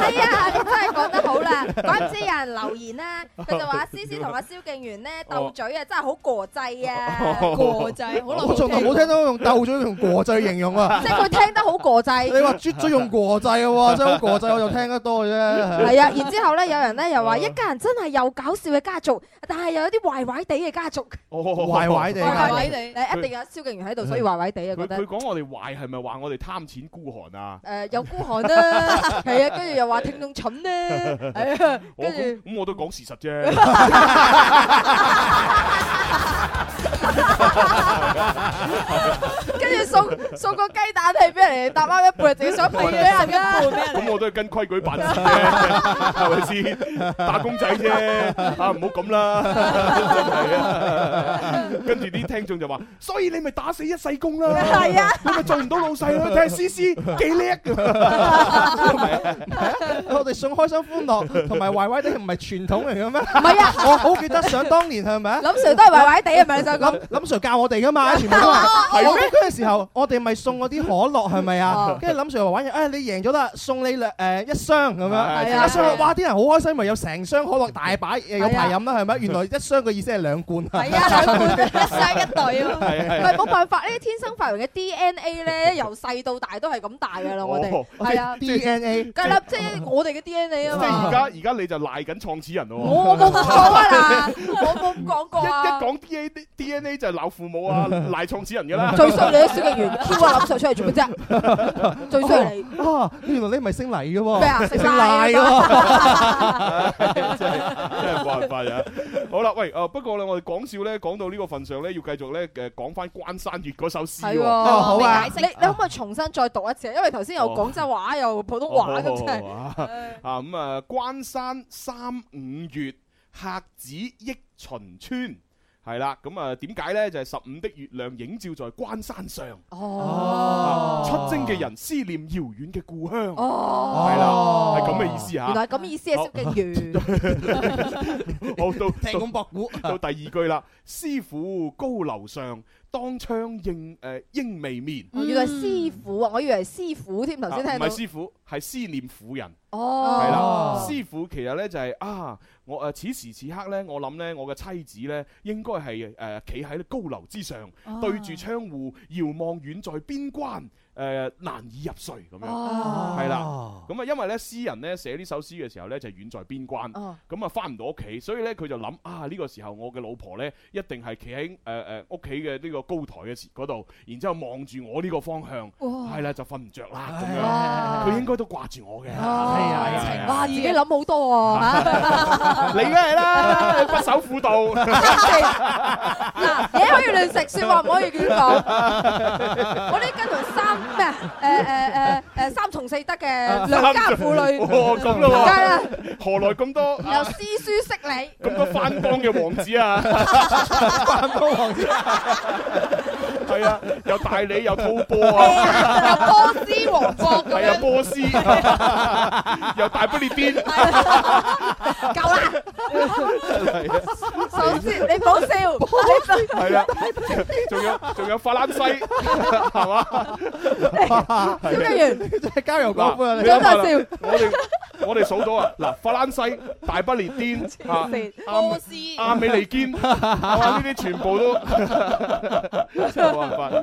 係啊，你真係講得好啦。怪唔知有人留言啦，佢就 話思思同阿蕭敬元咧鬥哦嘴啊，真係好 過制啊， 過制好哦我從來冇聽到用鬥嘴同過制形容啊。即係佢聽得好過制。 你話絕嘴用過制嘅喎，真係好過制，我就聽得多嘅啫。哦係啊，然之後咧，有人咧又話一家人真係又搞笑嘅家族，但係又有啲壞壞地嘅家族。壞壞地壞㗎。壞地， 誒一定有蕭敬元嗯喺度，所以壞壞地啊，覺佢得佢。講我哋壞係咪話我哋貪錢孤寒啊？誒有孤寒 啦，係啊，跟住又話聽眾蠢咧，係啊， 我跟住咁咁我都講事 實啫。跟住送送個雞蛋係俾人哋搭啱一半，自己想啊賠俾人啦。 咁我都係跟規矩辦事啫，係咪先？打工仔 啫，啊唔好咁啦，真係啊！跟住啲聽眾就話，所以你咪打死一世工啦，係啊，你咪做唔到老細 啦，睇下 C C 幾叻我哋想開心歡樂同埋壞壞地唔係傳統嚟嘅咩？唔係啊 我好記得想當年係咪啊？林 Sir 都係壞壞地係咪你想講林林 Sir 教我哋噶嘛，全部都係。係我咩嗰陣時候，我哋咪送嗰啲可樂係咪啊哦？跟住林 Sir 話玩嘢，誒你贏咗啦，送你兩誒一箱咁係樣，啊一箱哇啲人好開心，咪有成箱可樂大把誒有排飲啦係咪？原來一箱嘅意思係兩罐。係 啊，兩 罐一箱一對啊，係係唔係冇辦法呢啲天生發育嘅 DNA 咧，由細到大都係咁大噶啦，我哋哦係啊即係 DNA 梗係啦，即係我哋嘅 DNA 啊即係而家嘛。而家你就賴緊創始人咯喎。我我冇咁講啊 嗱，我冇咁講過一啊。一講 D A D N A 就係鬧父 母啊，賴創始人㗎啦。最衰你都蕭 敬元 Q 啊林 Sir 出嚟做乜啫？最衰係你。啊！原來你唔係姓黎嘅喎，咩啊姓賴賴嘅喎。 真係冇辦法啊！好啦，喂，啊，不過咧，我哋講笑咧，講到呢個份上咧，要繼續咧，誒，講翻關山月嗰首詩係喎。喎，哦啊你你可唔可以重新再讀一次啊？因為頭先有哦廣州話又普通話咁，真係哦啊咁啊，關山三五月，客子益秦川。係啦，咁啊點解呢？就係十五的月亮映照在關山上，哦啊出征嘅人思念遙遠嘅故鄉，係啦，哦係咁嘅意思嚇。原來係咁嘅意思啊，蕭敬元。好到聽講博古到第二句啦，師傅高樓上，當窗應誒應未眠。哦原來師傅啊，我以為係師傅添，頭先啊聽唔到係。師傅，係思念婦人。哦係啦，師傅其實咧就係啊，我誒此時此刻咧，我諗咧，我嘅妻子咧應呃啊該係誒企喺高樓之上，對住窗戶遙望遠在邊關。誒難以入睡咁樣，哦係啦。咁啊，因為咧詩人咧寫呢首詩嘅時候咧就係遠在邊關，哦咁啊翻唔到屋企，所以咧佢就諗啊呢個時候我嘅老婆咧一定係企喺誒誒屋企嘅呢個高台嘅時嗰度，然之後望住我呢個方向，哇係啦就瞓唔着啦咁樣，佢應該都掛住我嘅，係啊係啊係係哦哇，自己諗好 多啊！ 你梗 係啦，不守婦道。嘢可以亂食，説話唔可以亂講。 我呢跟同三咩啊誒誒誒誒三從四德啊嘅良家婦 女，哦咁咯梗係啦，喎，何來咁多由詩書識你。咁多番邦嘅王子 啊？番邦王子啊係啊，有大理，有吐蕃啊，有波斯王國咁係啊，樣，波斯，有大不列顛，啊夠啦！啊首先你唔 好笑，係啦，仲有仲有法蘭西，係嘛？ 消防員真係啊交友廣闊 嗱啊你你諗下啦真係笑我哋我哋數到啊，嗱，法蘭西、大不列顛、啊波斯亞美利堅，係嘛呢啲全部都 真係冇辦法。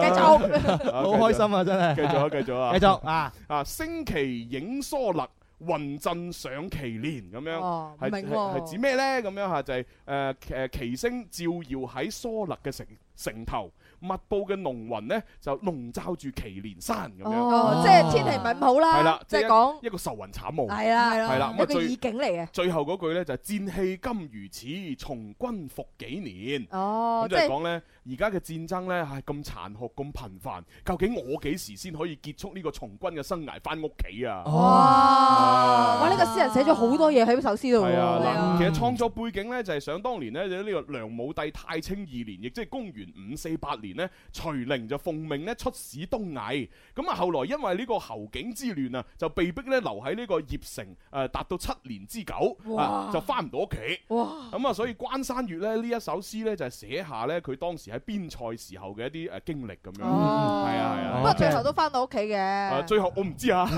繼續好開心啊真係繼續啊，繼續啊，繼續啊！啊，升旗影疏勒。雲陣上旗連咁樣，哦係明係喎係指咩呢？咁樣嚇就係誒誒旗星照耀喺疏勒嘅城城頭，密布嘅濃雲呢就籠罩住祁連山咁樣。哦，即係天氣唔係咁好係啦啦，，即係一講一個愁雲慘霧，係啦，係啦，咁一啊個最意境嚟嘅。最後嗰句咧就係戰氣今如此，從軍復幾年。哦咁就即係係講咧，而家嘅戰爭咧係咁殘酷、咁頻繁，究竟我幾時先可以結束呢個從軍嘅生涯，翻屋企啊？哇！哇！呢個詩人寫咗好多嘢喺首詩度係啊，嗱，其喎。實創作背景咧就係想當年咧，就呢個梁武帝太清二年，亦即係公元五四八年呢，徐陵就奉命咧出使東魏。咁啊，後來因為呢個侯景之亂啊，就被逼咧留喺呢個鄴城，誒達到七年之久，哇啊就翻唔到屋企。哇咁啊，所以關山月咧呢一首詩咧就係寫下咧佢當時喺邊塞時候嘅一啲誒呃經歷咁樣。係哦啊係啊。不過最後都翻到屋企嘅啊，。最後我唔知 啊，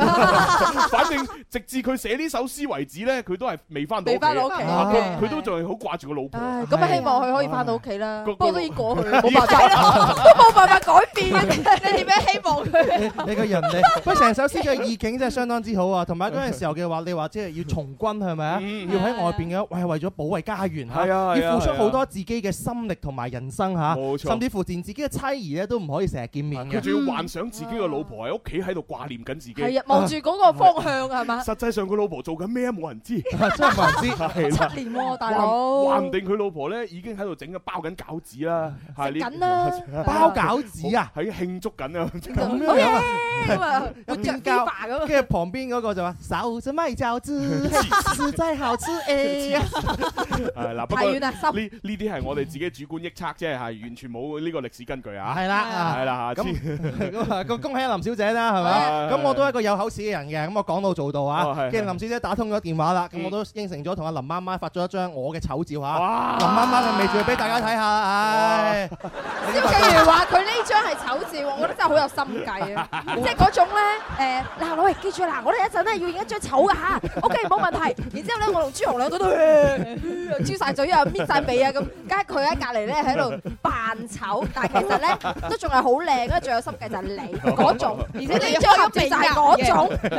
反正直至佢寫呢首詩為止咧，佢都係未翻到未返到屋企啊嘅佢佢都仲係好掛住個老婆。唉，咁啊，希望佢可以翻到屋企啦。不過都已經過去啦，哦個冇辦法啦，都冇辦法改變嘅。你點樣希望佢？你個人你，不過成首詩嘅意境真係相當之好啊！同埋嗰陣時候嘅話，你話即係要從軍係咪啊？要喺外邊嘅，喂，為咗保衞家園嚇，嗯係啊係啊要付出係啊好多自己嘅心力同埋人生嚇，冇錯甚至乎連自己嘅妻兒咧都唔可以成日見面嘅。佢仲要幻想自己嘅老婆喺屋企喺度掛念緊自己，啊係啊，望住嗰個方向係嘛？ 實際上佢老婆做緊咩啊冇人知，真係冇人知。七年喎，大佬。話唔定佢老婆咧已經喺度整緊包緊餃子啦，係呢緊 啦包餃子啊，喺慶祝緊啊，咁咁樣樣咁啊，有點交，跟住旁邊嗰個就話：手指咪 餃子， 實在好吃誒。係嗱，不太過遠啦收呢呢啲係我哋自己主觀臆測啫，係完全冇呢個歷史根據啊。係啦係啦，咁咁 啊，個恭喜林小姐啦，係咪？係咁我都係一個有口齒嘅人嘅，咁我講到做到哦啊。係既然林小姐打通咗電話啦，咁嗯我都應承咗同阿林媽媽發咗一張我嘅醜照啊。林媽媽嘅美照俾大家睇下，唉，蕭敬如話佢呢張係醜照，我覺得真係好有心計啊！即係嗰種咧，誒嗱，喂，記住啦，我哋一陣咧要影一張醜嘅嚇，OK 冇問題。然之後咧，我同朱紅兩個都呃豬晒嘴啊，搣晒尾啊咁，梗係佢喺隔離咧喺度扮醜，但係其實咧都仲係好靚啊，最有心計就係你 嗰種，而且呢張合照就係嗰種。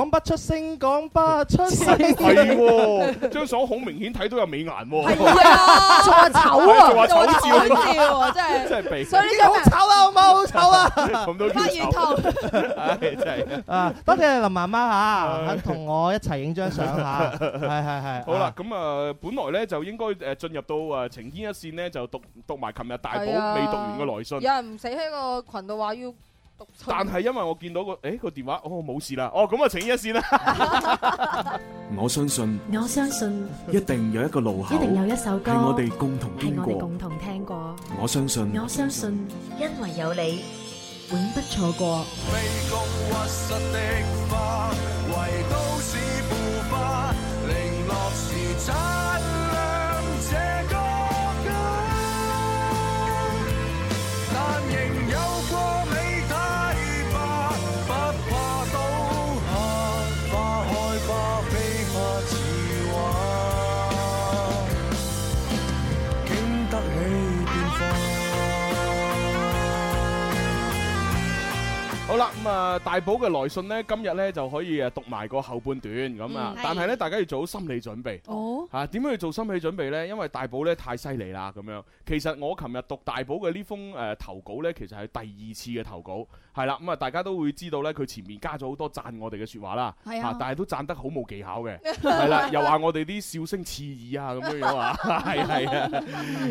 講不出聲，講不出 聲。係喎，張爽好明顯睇到有美顏 喎。係啊仲話醜啊仲話醜仲話醜照照喎真 係真係鼻。所以呢張好醜啊，好唔好？好 醜啊！咁都叫醜唉，真係。啊，多謝林媽媽嚇，肯同我一齊影張相 嚇，係係係。好啦，咁啊，本來咧就應該誒進入到誒情牽一線咧，就讀讀埋琴日大寶係啊未讀完嘅來信。有人唔死喺個群度話要讀信但係因為我見到個誒個電話，哦冇事啦，哦咁啊情牽一線啦。我相信我相信一定有一個路口，一定有一首歌係我哋共同係經我哋過共。同聽過。嗯我相信我相信，因為有你，永不錯過。屈膝的花，為都市腐化，零落時擦亮這個家。但仍有過你太吧，不怕倒下，花開花飛花似畫，經得起變化。好啦，咁啊，大寶嘅來信呢，今日呢就可以誒讀埋個後半段咁啊嗯，但係呢，大家要做好心理準備。 哦啊，點樣去做心理準備呢？因為大寶呢太犀利啦，咁樣。其實我琴日讀大寶嘅呢封誒投稿呢，其實係第二次嘅投稿，係啦。咁啊，大家都會知道呢，佢前面加咗好多讚我哋嘅説話啦，係啊但係都讚得好冇技巧嘅，係啦，又話我哋啲笑聲刺耳啊咁樣樣啊，係係啊。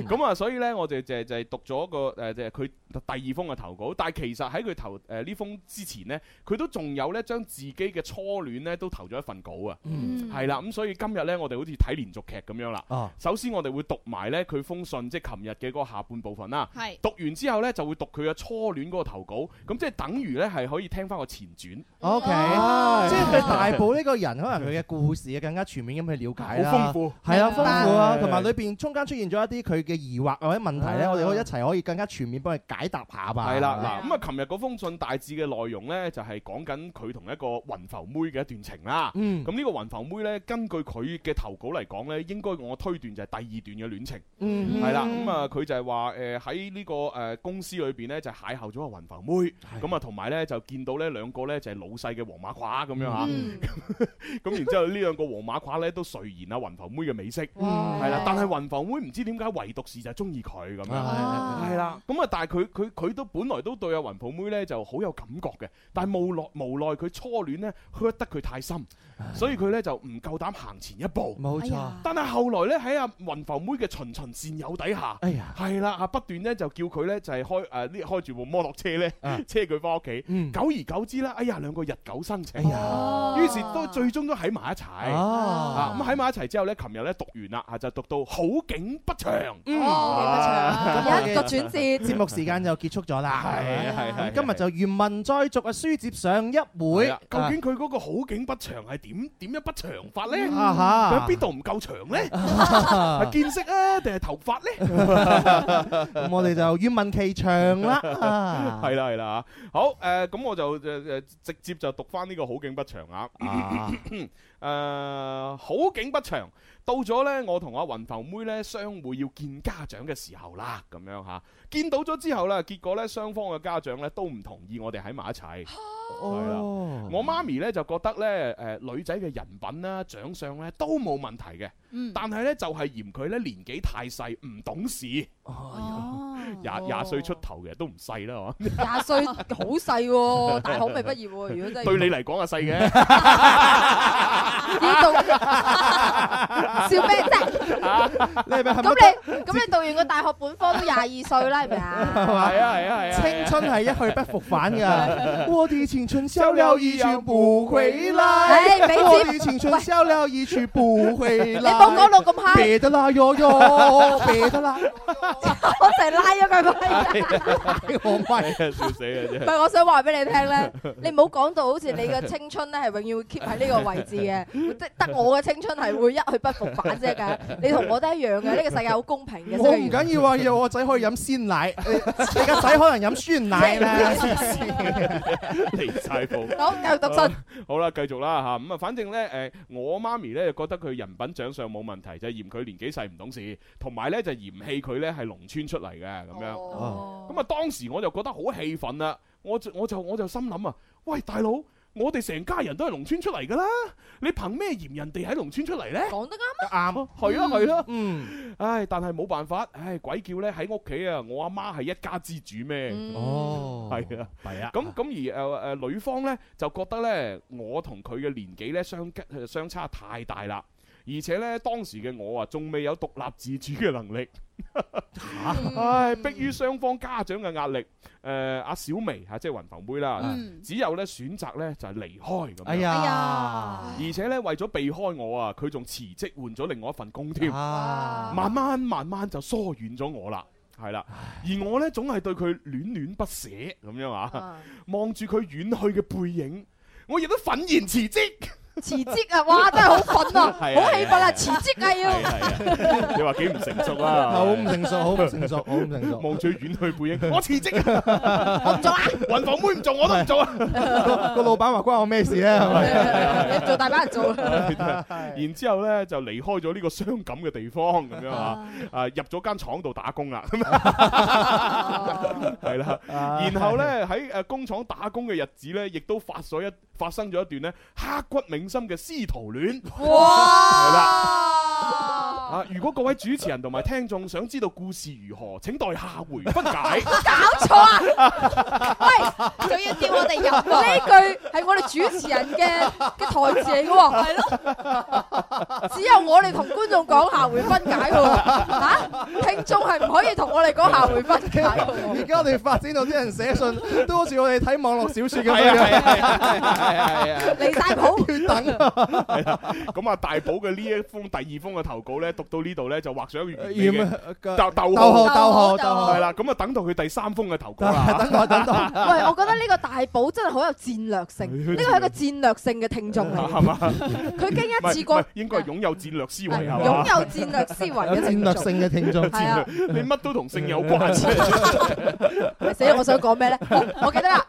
咁啊，所以呢，我哋就就係讀咗個誒，即係佢第二封嘅投稿，但係其實喺佢投誒呢封之前呢，佢都仲有呢將自己嘅初戀呢都投咗一份稿啊，嗯係啦，咁所以今日呢，我哋好似睇連續劇咁樣啦啊。首先我哋會讀埋呢佢封信，即係琴日嘅嗰個下半部分啦。係讀完之後呢，就會讀佢嘅初戀嗰個投稿，咁即係等於呢係可以聽翻個前傳。 O K，即哦係對大寶呢個人，可能佢嘅故事啊更加全面咁去了解啦，好豐富係啊，明白豐富啊，係同埋裏邊中間出現咗一啲佢嘅疑惑或者問題咧，啊我哋可以一齊可以更加全面幫佢解答下吧。係啦，嗱咁啊，琴日嗰封信大致嘅內容呢，就係講緊佢同一個雲浮妹嘅一段情啦。咁嗯呢個雲浮妹呢，根據佢嘅投稿嚟講呢，應該我推斷就係第二段嘅戀情。嗯係啦，咁啊，佢就係話誒喺呢個誒公司裏邊呢，就邂逅咗個雲浮妹，咁啊同埋呢，就見到呢兩個呢，就係老細嘅黃馬褂咁樣嚇。 咁然之後呢兩個黃馬褂咧都垂涎啊雲浮妹嘅美色，係啦。但係雲浮妹唔知點解唯獨是就中意佢咁樣，係啦。嗯咁啊，但係佢佢佢都本來都對阿雲浮妹咧就好有感覺嘅，但係無奈無奈佢初戀咧 hurt 得佢太深，所以佢咧就唔夠膽行前一步。冇錯哎呀但係後來咧喺阿雲浮妹嘅循循善誘底下，哎呀係啦啊不斷咧就叫佢咧就係開誒呢開住部摩托車咧啊嗯車佢翻屋企，久而久之咧，哎呀兩個日久生情，於是都最終都喺埋一齊。哎哦啊咁喺埋一齊之後咧，琴日咧讀完啦，啊就讀到好景不長。嗯啊咁我哋節目時間就結束咗啦。係係係咁今日就原文再續嘅書接上一會回。啊究竟 佢嗰個好景不長係點點樣不長法咧？啊哈佢喺邊度唔夠長咧？啊係見識啊，定係頭髮咧？啊咁我哋就願聞其詳啦。 啊 係啦係啦嚇好誒，咁我就誒誒直接就讀翻呢個好景不長啊。 誒好景不長，到咗呢，我同阿雲浮妹呢相會要見家長嘅時候啦，咁樣嚇見到咗之後啦，結果呢，雙方嘅家長呢都唔同意我哋喺埋一 齊。啊係啦，我媽咪呢就覺得呢，誒、女仔嘅人品啦、長相呢都冇問題嘅，嗯但係呢就係、嫌佢呢年紀太細，唔懂事。哦廿廿歲出頭嘅都唔細啦，哦嗬。廿歲好細喎，大學未畢業喎。如果真係 對你嚟講啊細嘅。要讀，笑咩啫？你係咪咁你咁你讀完個大學本科都廿二歲啦，係咪啊？係嘛係啊係啊係啊青春 係一去不復返噶。係我的青春消了一去不回哎來，俾我錢的青春消了一去不回來。你冇講到咁嗨別得啦，喲喲，別得啦，我成日拉咗佢咪。我唔係，笑死啊 真唔係，我想話俾你聽咧，你唔好講到好似你嘅青春咧係永遠會 keep 喺呢個位置嘅，得得我嘅青春係會一去不復返啫㗎。你同我都一樣 嘅，呢個世界好公平嘅。我唔緊要啊，有我仔可以飲鮮奶，你你個仔可能飲酸奶咧。離晒譜。 好繼續讀信啊。好啦，繼續啦嚇，咁啊，反正咧誒，我媽咪咧就覺得佢人品長相冇問題，就係嫌佢年紀細唔懂事，同埋咧就嫌棄佢咧係農村出嚟嘅咁樣。哦咁啊，當時我就覺得好氣憤啦，我就我就我就心諗啊，喂大佬！我哋成家人都係農村出嚟噶啦，你憑咩嫌人哋喺農村出嚟呢？講得啱啊，啱啊，係啊，係啊，嗯，唉，但係冇辦法，唉，鬼叫呢喺屋企啊，我阿媽係一家之主咩？哦，係啊，係啊，咁咁而誒誒、呃女方呢，就覺得呢，我同佢嘅年紀呢相隔呃相差太大啦，而且呢，當時嘅我啊仲未有獨立自主嘅能力，唉，迫於雙方家長嘅壓力，誒、呃阿小薇啊嚇、即係雲浮妹啦，嗯只有呢選擇呢就係、離開咁樣。哎呀，而且呢，為咗避開我啊，佢仲辭職換咗另外一份工添，啊慢慢慢慢就疏遠咗我啦。係啦，而我呢，總係對佢戀戀不捨啊咁樣啊，望住佢遠去嘅背影，我亦都憤然辭職。辭職啊！哇，真係好憤 啊，係啊好氣憤啊！辭職啊要。你話幾唔成熟 啊？好唔成熟，好唔成熟，好唔成熟。 望住遠去背 影，我辭職，啊 我唔做啦，雲房妹唔做，我都唔做啊！個個老闆話關我咩事 咧？係咪？你做大把 人做。然之後咧就離開咗呢個傷感嘅地方咁樣啊，啊入咗間廠度打 工啦，咁樣係啦。然後咧喺誒工廠打工嘅日子咧，亦都發咗一發生咗一段咧刻骨銘心嘅師徒戀。哇！係啦。啊！如果各位主持人同埋聽眾想知道故事如何，請待下回分解。 搞錯啊！喂，仲要叫我哋入呢句係我哋主持人嘅嘅台詞嚟嘅喎，係咯，只有我哋同觀眾講下回分 解喎，嚇聽眾係唔可以同我哋講下回分解喎。而家我哋發展到啲人寫信，都好似我哋睇網絡小説咁係啊 係樣。離晒譜， 係啦，咁啊大寶嘅呢一封第二封嘅投稿咧，讀到呢度咧就畫上一個完美要咩嘅 逗逗逗號號逗號逗號係啦，咁啊等到佢第三封嘅投稿啦，等待等待，喂，我覺得呢個大寶真係好有戰略 性，呢個係一個戰略性嘅聽眾嚟，係嘛？佢驚一次唔係唔過係應該係擁有戰略思維係嘛？擁有戰略思維嘅聽眾。 係啊戰略你乜都同性有關 死啦！我想講咩咧？我我記得啦，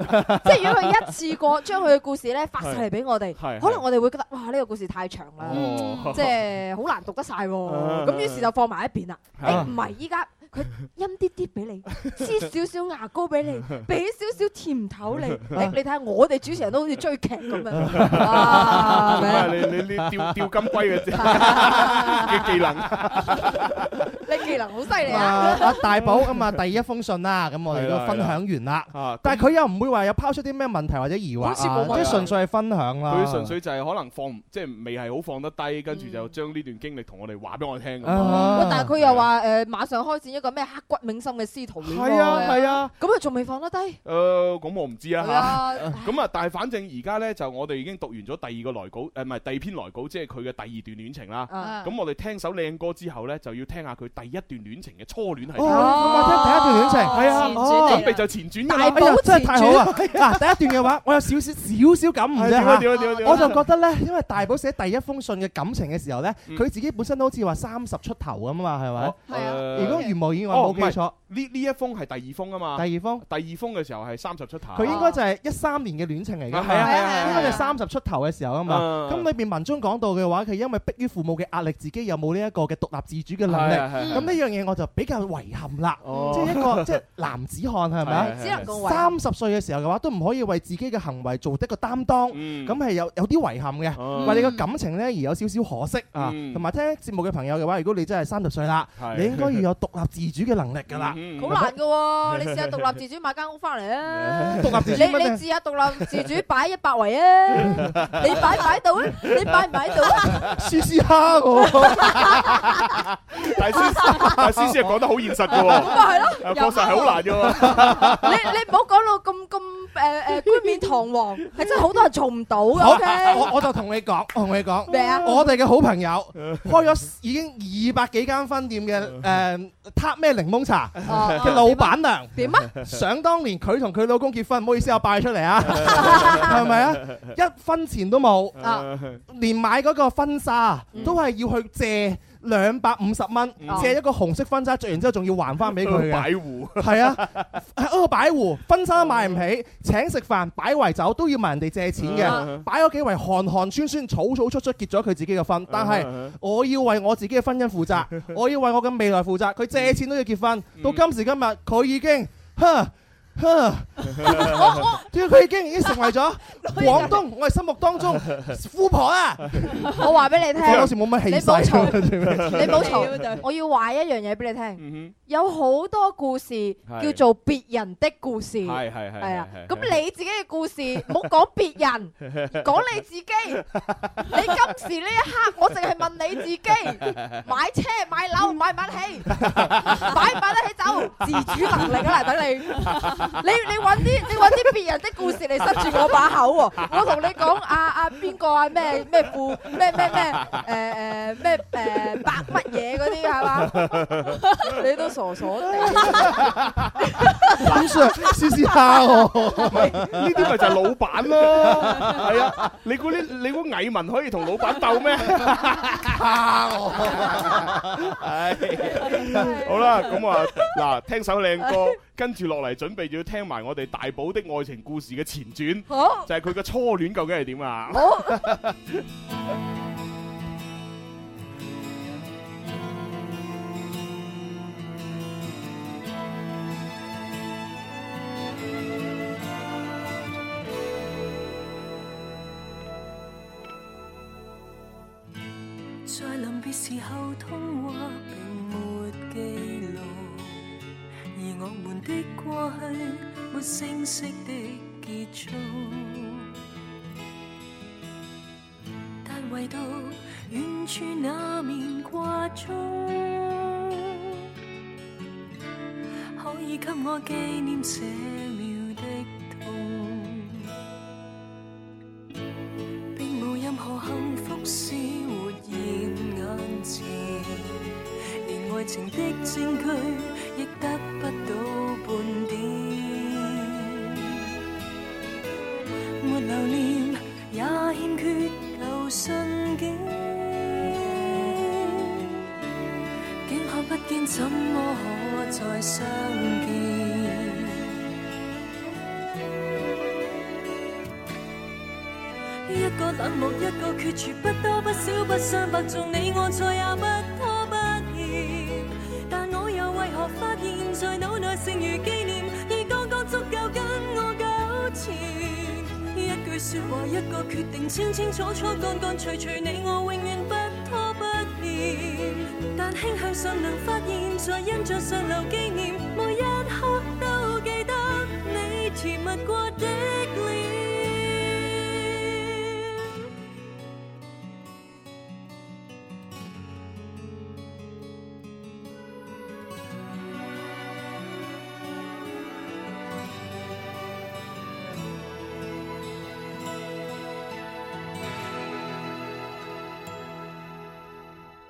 即係如果佢一次過將佢嘅故事咧發晒嚟俾我哋，係係可能我哋會覺得哇呢個故事太長啦，哦即係好難讀得晒喎。 啊咁於是就放埋一邊啦。誒啊唔係，依家佢陰啲啲 俾你，黐少少牙膏俾你，俾少少甜頭 你。誒你睇下我哋主持人都好似追劇咁啊樣。唔啊係你 你呢釣釣金龜嘅嘅技能。你技能好犀利啊啊！阿 大寶咁啊，第一封信啦，咁我哋都分享完啦。但係佢又唔會話有拋出啲咩問題或者疑惑啊，好似冇問題即係純粹係分享啦。佢純粹就係可能放唔即係未係好放得低，跟住就將呢段經歷同我哋話俾我聽咁喂樣。啊但係佢又話誒馬上開展一個咩刻骨銘心嘅師徒戀喎係啊係啊，咁佢仲未放得低。誒，咁我唔知啊係啊嚇。咁啊，但係反正而家呢，就我哋已經讀完咗第二個來稿，誒唔係第二篇來稿，即係佢嘅第二段戀情啊啦。咁我哋聽首靚歌之後呢，就要聽下佢第一段戀情嘅初戀係點。哦，我聽第一段戀情，係啊，準備哦就前轉㗎哎啦。呀真係太好 啊！嗱，第一段嘅話，我有少少少少感悟啫係點啊點啊點啊嚇點啊我就覺得咧，因為大寶寫第一封信嘅感情嘅時候咧，嗯佢自己本身都好似話三十出頭咁啊嘛，係啊咪？誒如果如無意外哦冇記錯唔係，呢呢一封係第二封啊嘛。第二封，第二封嘅時候係三十出頭。佢應該就係一三年嘅戀情嚟嘅，啊係啊係啊係啊應該就三十出頭嘅時候啊嘛。嗯咁裏邊文中講到嘅話，佢因為迫於父母嘅壓力，自己有冇呢一個嘅獨立自主嘅能力？係啊係係咁呢樣嘢我就比較遺憾啦。哦即係一個即係男子漢係咪啊係係係只能夠遺三憾十歲嘅時候嘅話，都唔可以為自己嘅行為做得個擔當，嗯咁係有有啲遺憾嘅，哦為你嘅感情呢而有少少可惜啊。嗯同埋聽節目嘅朋友嘅話，如果你真係三十歲啦，係嗯你應該要有獨立自主嘅能力㗎啦。好難噶 喎！你試下獨立自主買間屋翻嚟啊！獨立自主你乜你嘢試下獨立自主擺一百圍 啊！你擺唔擺到啊？你擺唔擺到啊？試試下我。 但係思但係思思係講得好現實嘅喎。咁咪係咯啊又確實係好難嘅喎。你你唔好講到咁咁誒誒冠冕堂皇，係真係好多人做唔到嘅。好啊 O K，我我就同你講，我同你講，咩啊我哋嘅好朋友 開咗已經二百幾間分店嘅誒塔咩檸檬茶哦嘅老闆娘點啊想當年佢同佢老公結婚，唔好意思，我爆出嚟 啊，係咪啊？一分錢都冇，啊連買嗰個婚紗啊嗯都係要去借。兩百五十蚊哦嗯借一個紅色婚紗，着完之後仲要還翻俾佢嘅 擺戶 係啊，喺嗰個擺湖，婚紗買唔起，請食飯擺圍酒都要問人哋借錢嘅哦嗯，擺咗幾圍寒寒酸酸、草草出出結咗佢自己嘅婚，但係嗯我要為我自己嘅婚姻負 責，我要為我嘅未來負責。佢借錢都要結婚，嗯到今時今日佢已經，哼哼，佢已經已經成為 咗廣東我哋心目當中富婆啊！我話俾你聽，我有時冇乜氣勢啊你唔好嘈你唔好 屌嘈對，我要話一樣嘢俾你聽。有好多故事叫係做別人的故事，係係係係係啊係。咁你自己嘅故事，唔好講別人。講你自己，你今時呢一刻，我淨係問你自己，買車買樓買唔買得起，買唔買得起走，自主能力啊，嚟等你， 你你揾啲你揾啲別人的故事嚟塞住我把口喎，我同你講啊啊邊個啊咩咩富咩咩咩誒誒咩誒白乜嘢嗰啲係嘛，你都傻傻傻地。咁 Sir 試試下 喂我。呢啲咪就係老闆咯， 係啊！你估呢？你估蟻民可以同老闆 鬥咩？係好啦，咁啊，嗱，聽首靚歌，跟住落嚟準備要聽埋我哋大寶的愛情故事嘅前傳，好就係佢嘅初戀究竟係點啊？在臨別時候通話並沒記錄，而我們的過去沒聲息的結束。但唯獨遠處那面掛鐘，可以給我紀念這秒的痛。並無任何幸福是活現眼前，連愛情的證據亦得不到半點。沒留念，也欠缺舊信件，竟可不見，怎麼可再相見？一個冷漠，一個決絕，不多不少，不相伯仲，你我再也不拖不欠。但我又為何發現，在腦內剩餘紀念，已剛剛足夠跟我糾纏。一句説話，一個決定，清清楚楚，乾乾脆脆，你我永遠不拖不欠。但輕向上能發現，在印象上留紀念，每一刻都記得你甜蜜過的臉。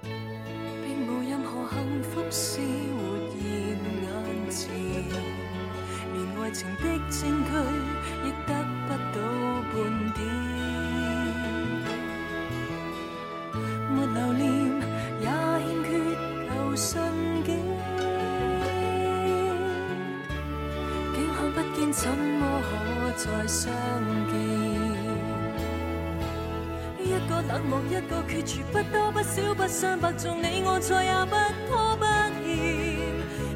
並無任何幸福是活現眼前，連愛情的證據亦得不到半點。沒留念，也欠缺舊信件，竟可不見，怎麼可再相見？一個冷漠，一個決絕，不多不少，不相伯仲，你我再也不拖不欠。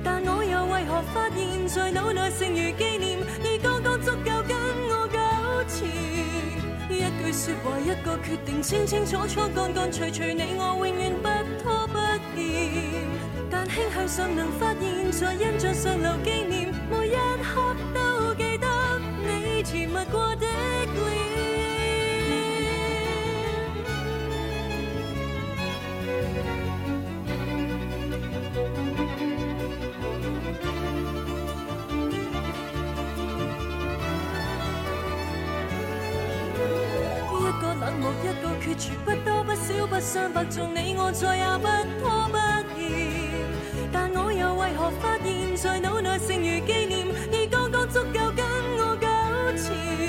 但我又為何發現，在腦內剩餘紀念，已剛剛足夠跟我糾纏。一句説話，一個決定，清清楚楚，乾乾脆脆，你我永遠不拖不欠。但輕向上能發現，在印象上留紀念，每一刻都記得你甜蜜過的臉。一個冷漠，一個決絕，不多不少，不相伯仲，你我再也不拖不欠。但我又為何發現，在腦內剩餘紀念，已剛剛足夠跟我糾纏。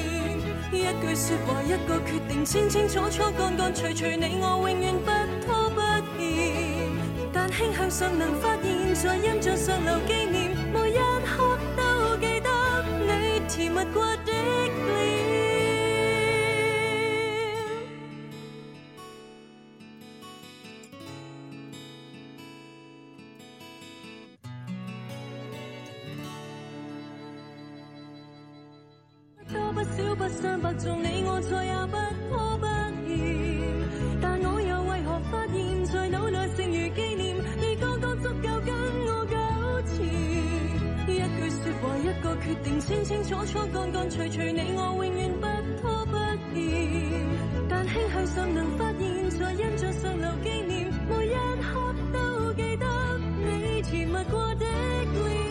一句説話，一個決定，清清楚楚，乾乾脆脆，你我永遠不拖不欠。但輕向上能發現，在印象上留紀念，每一刻都記得你甜蜜過的臉。多不少不相伯仲，你我再也不拖不欠。但我又為何發現，在腦內剩餘紀念，已剛剛足夠跟我糾纏。一句説話，一個決定，清清楚楚，乾乾脆脆，你我永遠不拖不欠。但輕向上能發現，在印象上留紀念，每一刻都記得你甜蜜過的臉。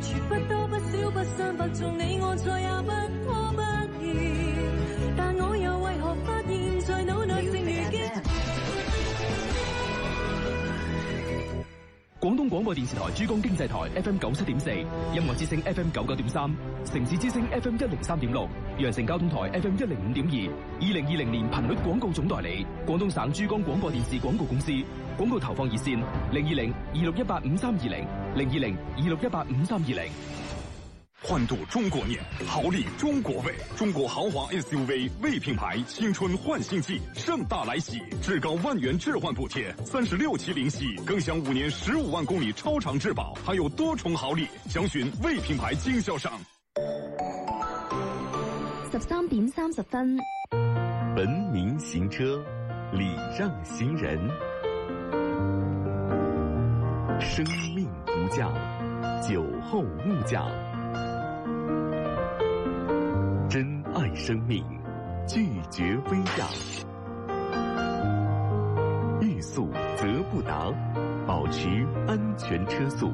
全不多不少不相伯仲，你我錯也不拖不欠，但我又為何發現，在腦內剩餘嘅。廣東廣播電視台珠江經濟台 FM 九七點四，音樂之聲 FM 九九點三，城市之聲 FM 一零三點六，羊城交通台 FM 一零五點二。二零二零年頻率廣告總代理，廣東省珠江廣播電視廣告公司。廣告投放熱線：零二零二六一八五三二零，零二零二六一八五三二零。欢度中国年，豪礼中国味。中国豪华 SUV 魏品牌新春焕新季盛大来袭，至高万元置换补贴，三十六期零息，更享五年十五万公里超长质保，还有多重好礼。详询魏品牌经销商。十三点三十分，文明行车，礼让行人。生命无价，酒后物价。珍爱生命，拒绝危让。欲速则不达，保持安全车速。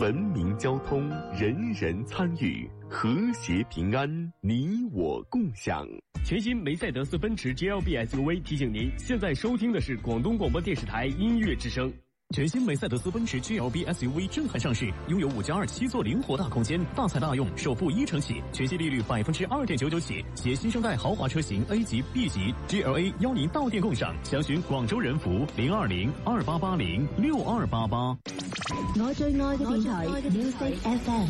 文明交通，人人参与，和谐平安，你我共享。全新梅赛德斯奔驰 GLB SUV 提醒您，现在收听的是广东广播电视台音乐之声。全新梅赛德斯奔驰 GLB SUV 震撼上市，拥有五加二七座灵活大空间，大采大用，首付一成起，全系利率百分之二点九九起，携新生代豪华车型 A 级、B 级 GLA 邀您到店共赏。详询广州人福零二零二八八零六二八八。我最爱嘅電台 Music FM。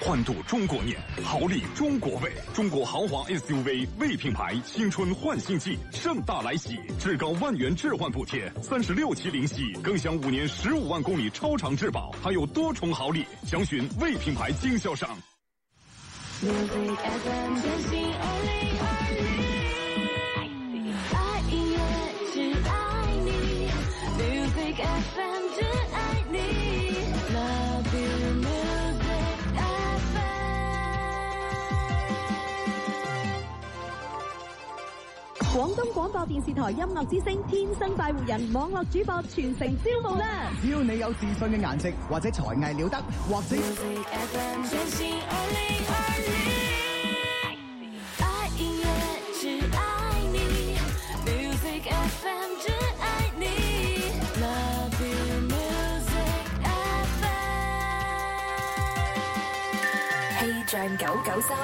欢度中国年，豪礼中国味。中国豪华 SUV 魏品牌新春焕新季盛大来袭，至高万元置换补贴，三十六期零息，更享五年十五万公里超长质保，还有多重好礼。详询魏品牌经销商。 Music FM 真心 only 二零，爱音乐只爱你，Music FM 只爱你，Love you Music FM。廣東廣播電視台音樂之聲天生快活人網絡主播全城招募啦！只要你有自信嘅顏值或者才藝了得，或者 Music FM 真心 only E 二零，爱音乐只爱你，Music FM 只爱你，Love you Music FM。氣象九九三，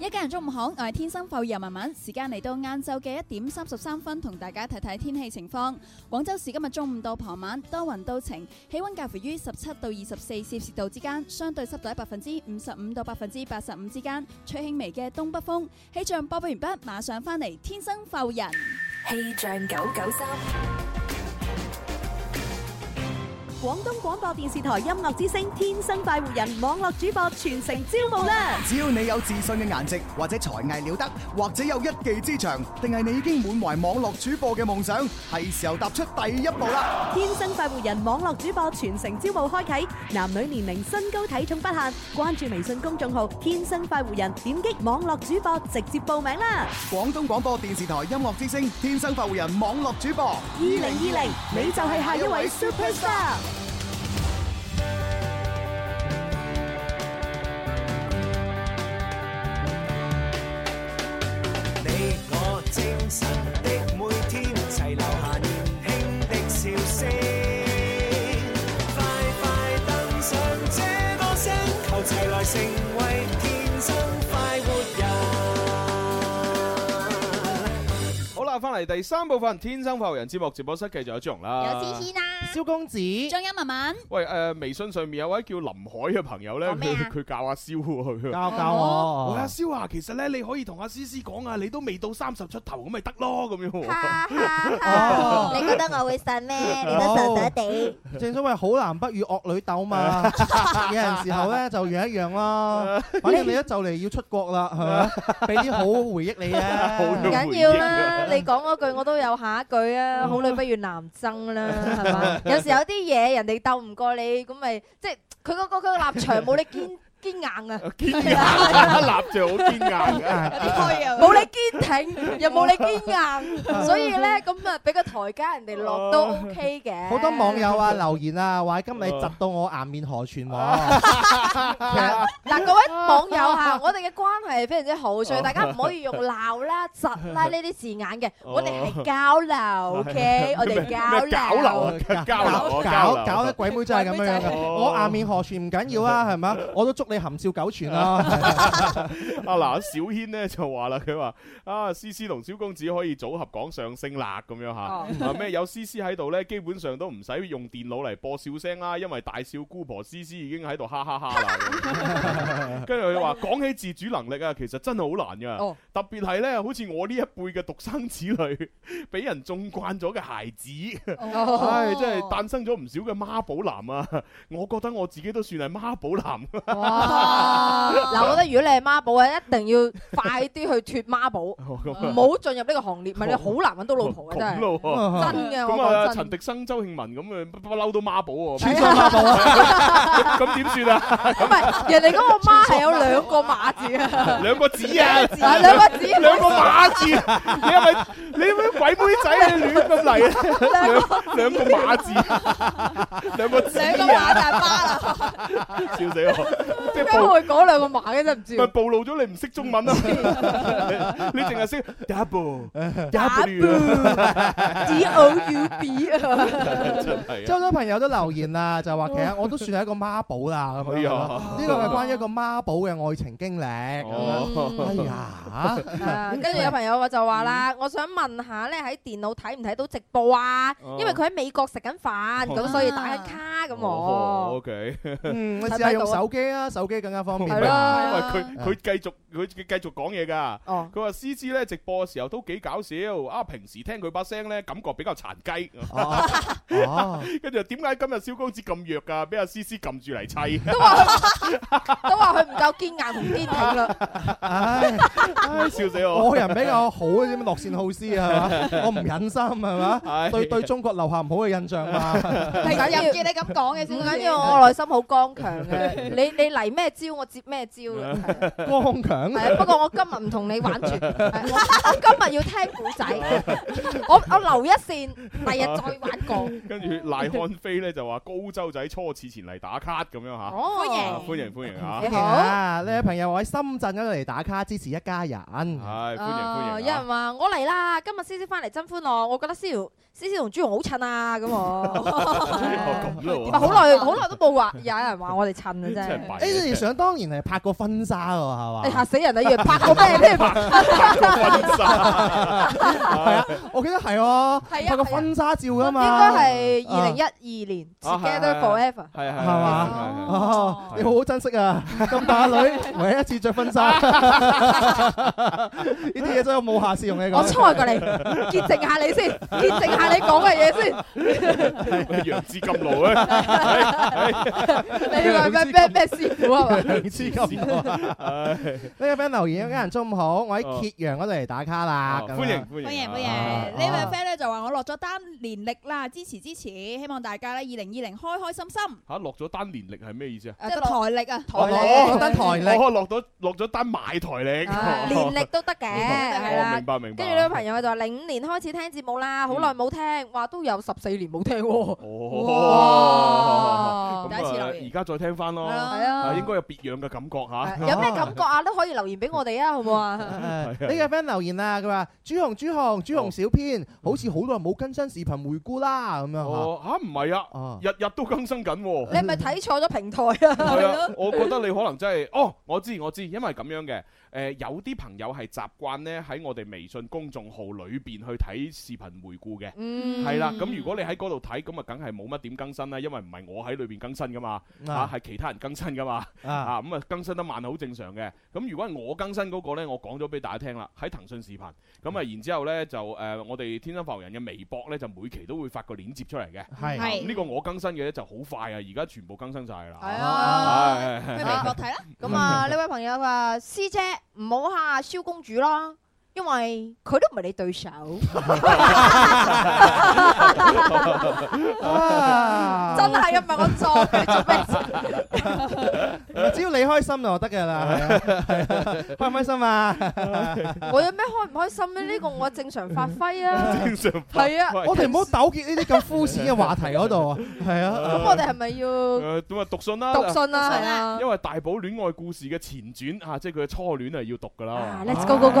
一家人中午好，我係天生浮游文文，時間嚟到晏晝嘅一點三十三分，同大家睇睇天氣情況。廣州市今日中午到傍晚多雲到晴，氣温介乎於十七到二十四攝氏度之間，相對濕度喺百分之五十五到百分之八十五之間，吹輕微嘅東北風。氣象播報完畢，馬上翻嚟，天生浮人。氣象九九三，廣東廣播電視台音樂之聲天生快活人網絡主播全城招募啦！只要你有自信嘅顏值或者才藝了得，或者有一技之長，定係你已經滿懷網絡主播嘅夢想，係時候踏出第一步啦！天生快活人網絡主播全城招募開啟，男女年齡身高體重不限，關注微信公眾號「天生快活人」，點擊網絡主播直接報名啦！廣東廣播電視台音樂之聲天生快活人網絡主播，二二零二零，你就係下一位 superstar。你我精神的每天，齊留下年輕的笑聲。快快登上這個星球，齊來成為天生快活人。好啦，翻嚟第三部分《天生發育人》節目直播室，繼續有朱紅啦，有子軒啊啦，啊蕭公子，仲有文文。喂，誒、微信上面有位叫林海嘅朋友咧，佢佢教阿蕭去教教我喂阿蕭啊，其實咧你可以同阿思思講啊，你都未到三十出頭咁咪得咯，咁樣喎。 哦你覺得我會信咩？你都傻傻地。正所謂好男不與惡女鬥嘛，有陣時候咧就讓一讓啦。反正你一就嚟要出國啦，係咪？俾啲好回憶你啊！唔緊要啦，你講嗰句我都有下一句啊，嗯好女不如男爭 啦， 係嘛？有時有啲嘢人哋鬥唔過你，咁咪即係佢嗰個佢個立場冇你堅堅硬啊！堅硬，立就好堅硬 啊！冇你堅 挺，又冇你堅硬，所以咧咁啊，俾個台階人哋落都 OK 嘅。哦好多網友啊留言啊，話今日你窒到我顏面何存喎。嗱嗱，各位網友 嚇，我哋嘅關係係非常之好，哦所以大家唔可以用鬧啦、窒啦呢啲字眼 嘅，哦我哋係交流，OK，我哋交咩流。 交流啊，交流啊，搞交流啊。搞啲鬼妹真係咁樣嘅，我顏面何存唔緊要啊，係咪？我都祝你含笑九泉啦。啊嗱，小軒咧就話啦，佢話啊，思思同蕭公子可以組合講相聲啦，咁樣吓，哦啊咩有思思喺度咧，基本上都唔使用電腦嚟播笑聲啦，因為大笑姑婆思思已經喺度哈哈哈啊啦。跟住佢話講起自主能力啊，其實真係好難噶，哦特別係咧，好似我呢一輩嘅獨生子女，俾人縱慣咗嘅孩子，哦唉，真係誕生咗唔少嘅媽寶男啊！我覺得我自己都算係媽寶男。 啊哇！嗱，我覺得如果你係媽寶啊，一定要快啲去脱 媽寶，唔好進入呢個行列，唔係你好難揾到老婆啊嘅真哦啊咁係。咯喎，真嘅咁我講啊，真陳迪生、周慶文咁啊，不不嬲都孖寶 喎，穿梭孖寶啊，咁點算啊？唔係，人哋嗰個媽係有兩個馬字啊， 兩個子啊， 啊兩個子兩個馬 字，你係咪你係咪鬼妹仔你亂咁嚟啊？兩兩個馬 字，兩個子啊，兩個馬大巴啦，笑死我！即點係解暴會講兩個馬嘅真係唔咪知。暴露咗你唔識中 文啊！ 你淨係識 double D O U B 真係啊即係好多朋友都留言啦，就話其實我都算係一個媽寶啦咁哎樣呀。呢個係關於一個媽寶嘅愛情經歷。哦哎呀， 啊！跟住有朋友就話嗯啦，我想問下咧，喺電腦睇唔睇到直播啊？哦因為佢喺美國食緊飯，咁所以打緊卡咁喎。 O K，嗯，你試下用手機啊，手機更加方便。係啦，喂，佢佢繼續佢佢繼續講嘢㗎。哦，佢話思思咧直播嘅時候都幾搞笑啊！平時聽佢把聲咧感覺比較殘雞。 哦，跟住點解今日蕭公子咁弱㗎？俾阿思思撳住嚟砌。都話佢唔夠堅硬同堅挺啦。唉，唉笑死我！我人比較 好嘅啫，樂善好施係 嘛，我唔忍心係嘛，對對中國留下唔好嘅印象 嘛。唔緊要，見你咁講嘅先。唔緊要，我內心好剛強 嘅。你你嚟咩招，我接咩招嘅。剛強係啊，不過我今日唔同你玩住，係 我我今日要聽古 仔，我我留一線， 第日再玩過。跟住賴漢飛咧就話高州仔初次前嚟打卡咁樣嚇，哦歡迎啊歡迎歡迎嚇，歡迎啊！呢位朋友我喺深圳嗰度嚟打卡支持一家人，係歡迎歡啊有迎啊人話我嚟啦，今日思思翻嚟真歡樂，我覺得思瑤、思思同朱紅好襯啊，咁喎。咁咯喎唔係好耐好耐都冇話有人話我哋襯啊，真真係。係弊。誒，你想當然係拍過婚紗喎，係嘛你？嚇死人啦！以為拍過 咩添？係啊，我記得係喎，拍過婚紗照噶嘛。應該係二零一啊二年啊係 Together 係 Forever。係係係嘛？哦，你好好珍惜啊！咁大個女，唯一一次着婚紗，呢啲嘢真係冇下次用你 講。我衝過嚟，潔淨下你先，潔淨下你講嘅 嘢先。 楊枝甘露咧， 你話咩咩咩師傅啊？ 楊枝甘露呢個 friend 留言，有家人中午好，我喺揭陽嗰度嚟打卡啦。咁樣哦歡迎歡迎歡迎歡迎！啊呢位 friend 咧就話我落咗單年歷啦，支持支持，希望大家咧二零二零開開心心，嚇落咗單年歷係咩意思啊？即係台歷啊，台哦歷單台歷哦落咗落咗單買台哦歷，啊年歷都得嘅，係哦啦明。白明白。跟住呢個朋友就話零五年開始聽節目啦，好耐冇聽，話都有十四年冇聽喎。哦，哇第一次留而家再聽翻咯，係啊係啊應該有別樣嘅感覺嚇。有咩感覺啊？都可以留言俾我哋啊，好唔好 啊？呢個 friend 留言啊啦，佢話：朱紅朱紅朱哦紅小編，好似好耐冇更新視頻回顧啦，咁樣啊哦，嚇唔係啊，日日都更新緊喎。你係咪睇錯咗平台啊？係啊，我覺得你可能真係，哦，我知我知，因為咁樣嘅，誒、有啲朋友係習慣咧喺我哋微信公眾號裏邊去睇視頻回顧嘅，嗯係啦、咁如果你喺嗰度睇，咁啊梗係冇乜點更新啦，因為唔係我喺裏邊更新噶嘛，啊啊係其他人更新噶嘛，啊啊咁啊更新得慢係好正常嘅。咁如果係我更新嗰個咧，我講咗俾大家聽啦，喺騰訊視頻，咁啊然之後咧就誒、我哋天生發人嘅微博咧就每期都會發個鏈接出嚟嘅，係啊咁呢個我更新嘅咧就好快啊，而家全部更新晒㗎啦。係啊，係 ờ, 咁啊，呢位朋友話：師姐唔好嚇蕭公主啦，因為佢都唔係你對手，Ờ. 真係嘅，唔係我作嘅，做咩只要你開心就得㗎啦，係啊係啊開唔開心啊？我有咩開唔開心咧？呢個我正常發揮啊， 正常係啊，我哋唔好糾結呢啲咁膚淺嘅話題嗰度啊，係啊。咁我哋係咪要誒咁啊，讀信啦，讀信啦係啊因為大寶戀愛故事嘅前傳啊，即係佢嘅初戀係要讀噶啦。啊 Let's go go go！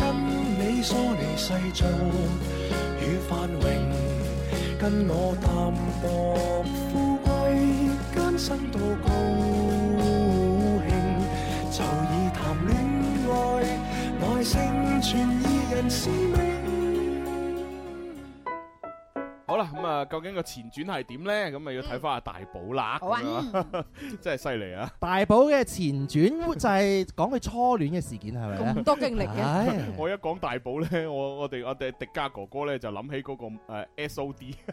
跟你梳理世俗與繁榮，跟我淡薄富貴艱辛到高興，就以談戀愛來成全二人使命。好啦，咁啊，究竟個前傳係點咧？咁啊，要睇翻阿大寶啦。好啊咁樣， 真係犀利啊！大寶嘅前傳就係講佢初戀嘅事件係咪咧？咁多經歷嘅唉 我一講大寶咧，我我哋我哋迪迦哥哥咧就諗起嗰個誒 S O D，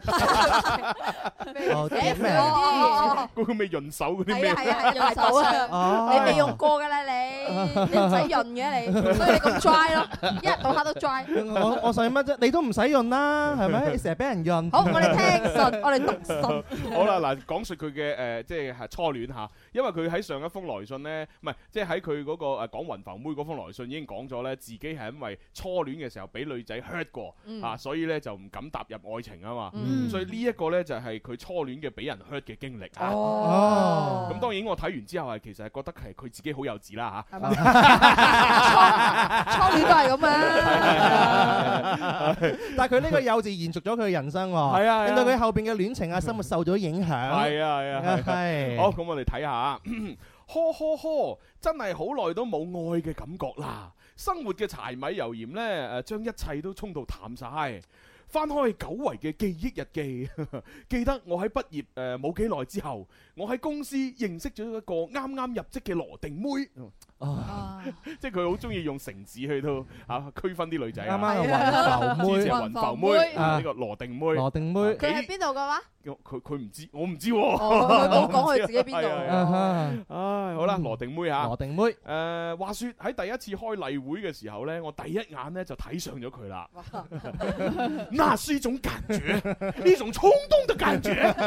哦啲咩哦嗰個咩潤手嗰啲係咩啊係啊，Ờ, 用手哦啊！你未用過㗎啦你，你唔使潤嘅你，所以你咁 dry 咯，一日到黑都 dry。我我想乜啫？你都唔使潤啦，係咪？你成日俾人潤。好，我哋聽信，我哋讀信。好啦，嗱，講述佢嘅誒，即係初戀嚇，因為佢喺上一封來信呢，唔係即係喺佢嗰個誒講雲浮妹嗰封來信已經講咗呢，自己係因為初戀嘅時候俾女仔 hurt 過嗯啊，所以呢就唔敢踏入愛情啊嘛，嗯所以呢一個呢，就係佢初戀嘅俾人 hurt 嘅經歷啊。哦咁當然我睇完之後係其實係覺得係佢自己好幼稚啦嚇。 初戀都係咁啊！但係佢呢個幼稚延續咗佢嘅人生喎，係啊係啊令到佢後邊嘅戀情啊生活受咗影響。係啊係啊係係啊。好，咁我哋睇下， 呵呵呵，真係好耐都冇愛嘅感覺啦。生活嘅柴米油鹽呢，誒將一切都沖到淡晒。翻開久違嘅記憶日記， 記得我喺畢業誒冇幾耐之後，我喺公司認識咗一個啱啱入職嘅羅定妹。哦 即係佢好中意用城市去到啊區分啲女仔啊。嗯啱啱係雲浮妹之前係雲浮妹雲浮妹啊呢個羅定妹。啊羅定妹佢係邊度嘅話？佢佢唔知，我唔知喎。 哦佢冇講佢自己邊度係啊係啊唉，好啦，羅定妹啊，羅嗯定妹。誒，話說喺第一次開例會嘅時候呢，我第一眼呢就睇上咗佢啦。 那是一種感覺，一種衝動的感覺，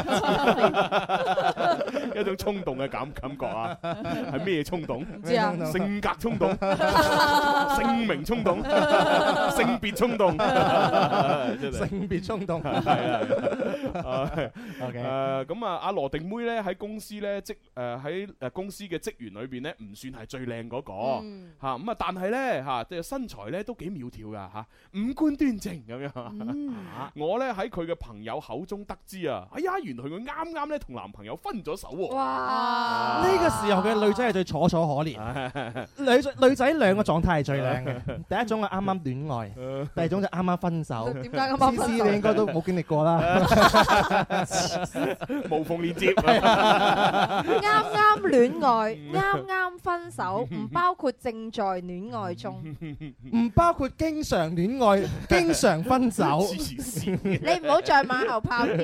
一種衝動嘅感感覺啊，係咩衝動？唔知啊性格衝動、 姓名衝動、性別衝 動，性別 衝動。 係啊 OK 誒咁啊，阿羅定妹咧喺公司咧職誒喺誒公司嘅職員裏邊咧，唔算係最靚嗰個嗯嚇咁啊，但係咧嚇即係身材咧都幾苗條噶嚇，五官端正咁樣。我咧喺佢嘅朋友口中得知啊，哎呀，原來佢啱啱咧同男朋友分咗手喎。哇！呢個時候嘅女仔係最楚楚可憐， 女仔女仔兩個狀態係最靚嘅。第一種係啱啱 戀愛，第二種就啱啱 分手。點解啱啱分手 C C 你應該都冇經歷過啦。 無縫連接。啱啱戀 愛，啱啱分手，唔包括正在戀 愛中。唔包括經常戀愛、經常分手。你唔好再馬後炮 啲，